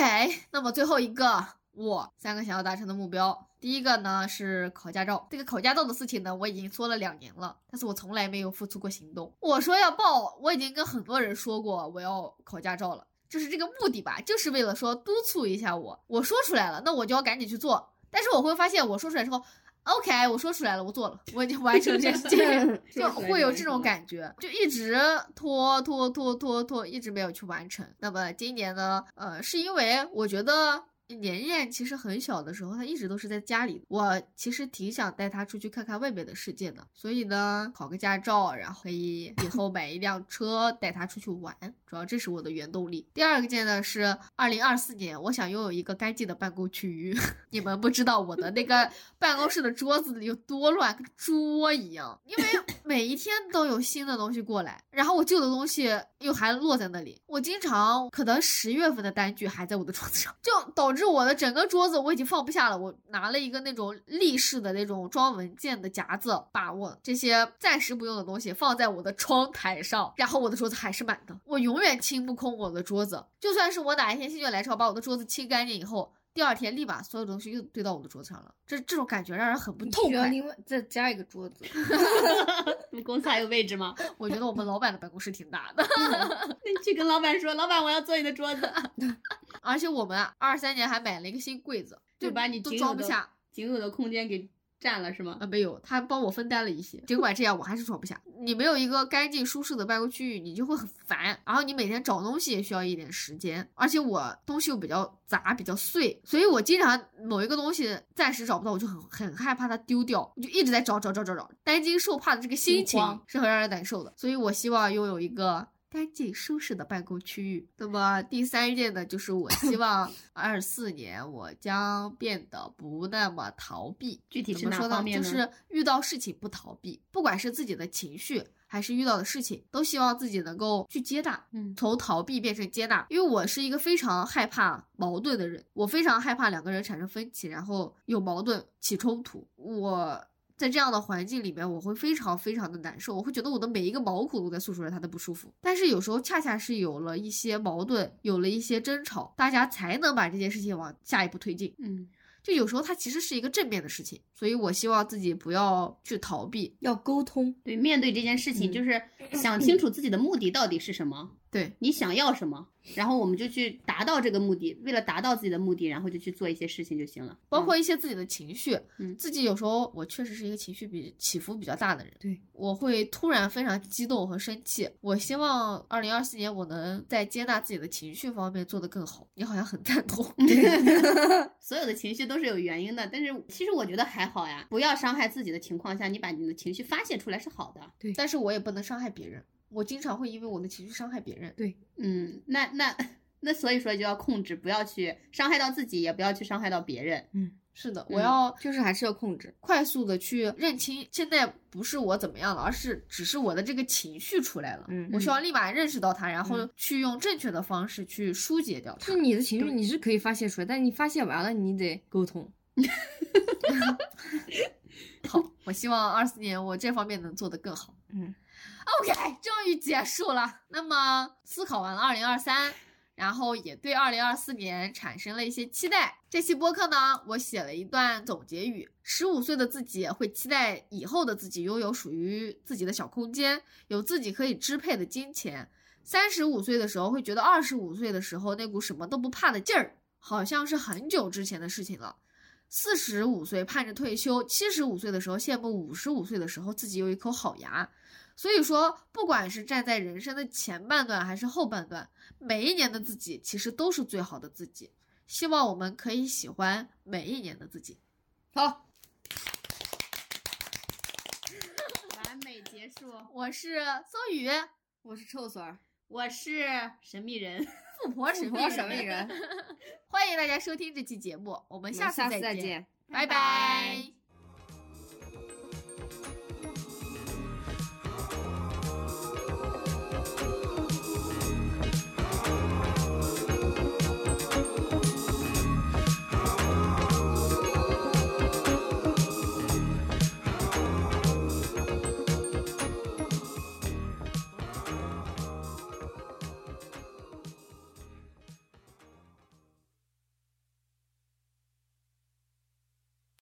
那么最后一个我三个想要达成的目标，第一个呢是考驾照。这个考驾照的事情呢，我已经说了两年了，但是我从来没有付出过行动。我说要报，我已经跟很多人说过我要考驾照了，就是这个目的吧，就是为了说督促一下我。我说出来了，那我就要赶紧去做。但是我会发现，我说出来之后。OK，我说出来了，我做了，我已经完成这件事情了， 就会有这种感觉，就一直拖拖拖拖拖，一直没有去完成。那么今年呢，呃，是因为我觉得。年燕其实很小的时候，她一直都是在家里。我其实挺想带她出去看看外面的世界的，所以呢，考个驾照，然后可以以后买一辆车带她出去玩，主要这是我的原动力。第二个件呢是二零二四年，我想拥有一个干净的办公区域。 你们不知道我的那个办公室的桌子里有多乱，跟猪窝一样，因为每一天都有新的东西过来，然后我旧的东西又还落在那里。我经常可能十月份的单据还在我的桌子上，就导致我的整个桌子我已经放不下了。我拿了一个那种立式的那种装文件的夹子，把我这些暂时不用的东西放在我的窗台上，然后我的桌子还是满的。我永远清不空我的桌子，就算是我哪一天心血来潮把我的桌子清干净以后。第二天立马所有东西又堆到我的桌子上了，这这种感觉让人很不你痛需要快。另外再加一个桌子，公司还有位置 吗？我觉得我们老板的办公室挺大的， 那去跟老板说，老板我要坐你的桌子，而且我们啊二三年还买了一个新柜子，就把你都仅装有不的下。仅有的空间给占了是吗？啊，没有，他帮我分担了一些。尽管这样，我还是装不下。你没有一个干净舒适的办公区域，你就会很烦。然后你每天找东西也需要一点时间，而且我东西又比较杂，比较碎，所以我经常某一个东西暂时找不到，我就很很害怕它丢掉，我就一直在找找找找找，担惊受怕的这个心惊情慌是很让人难受的。所以我希望拥有一个。干净舒适的办公区域。那么第三件呢，就是我希望 二四年我将变得不那么逃避，具体怎是么哪说呢方？面就呢？是遇到事情不逃避，不管是自己的情绪还是遇到的事情，都希望自己能够去接纳，嗯从逃避变成接纳。因为我是一个非常害怕矛盾的人，我非常害怕两个人产生分歧，然后有矛盾起冲突。我。在这样的环境里面，我会非常非常的难受，我会觉得我的每一个毛孔都在诉说着他的不舒服。但是有时候恰恰是有了一些矛盾，有了一些争吵，大家才能把这件事情往下一步推进。嗯，就有时候它其实是一个正面的事情，所以我希望自己不要去逃避。要沟通。对，面对这件事情，嗯就是想清楚自己的目的到底是什么，对，你想要什么，然后我们就去达到这个目的。为了达到自己的目的，然后就去做一些事情就行了。包嗯括一些自己的情绪，嗯自己有时候我确实是一个情绪比起伏比较大的人，对，我会突然非常激动和生气。我希望二零二四年我能在接纳自己的情绪方面做得更好。你好像很赞 同， 嗯所有的情绪都是有原因的，但是其实我觉得还好呀，不要伤害自己的情况下，你把你的情绪发泄出来是好的。但是我也不能伤害别人。我经常会因为我的情绪伤害别人。嗯， 那那那所以说就要控制，不要去伤害到自己，也不要去伤害到别人。嗯，是的，我要就是还是要控制。快速的去认清，现在不是我怎么样了，而是只是我的这个情绪出来了。嗯我需要立马认识到它，然后嗯去用正确的方式去疏解掉它是。你的情绪你是可以发泄出来，但你发泄完了你得沟通。好，我希望二四年我这方面能做得更好。嗯，OK，终于结束了。那么思考完了二零二三，然后也对二零二四年产生了一些期待。这期播客呢，我写了一段总结语：十五岁的自己会期待以后的自己拥有属于自己的小空间，有自己可以支配的金钱。三十五岁的时候会觉得二十五岁的时候那股什么都不怕的劲儿，好像是很久之前的事情了。四十五岁盼着退休，七十五岁的时候羡慕五十五岁的时候自己有一口好牙。所以说，不管是站在人生的前半段还是后半段，每一年的自己其实都是最好的自己。希望我们可以喜欢每一年的自己。好，完美结束。我是邹宇，我是臭酸儿，我是神秘人，富婆神 我秘什么人，人？欢迎大家收听这期节目，我们我们下下次次再见，见。拜拜拜拜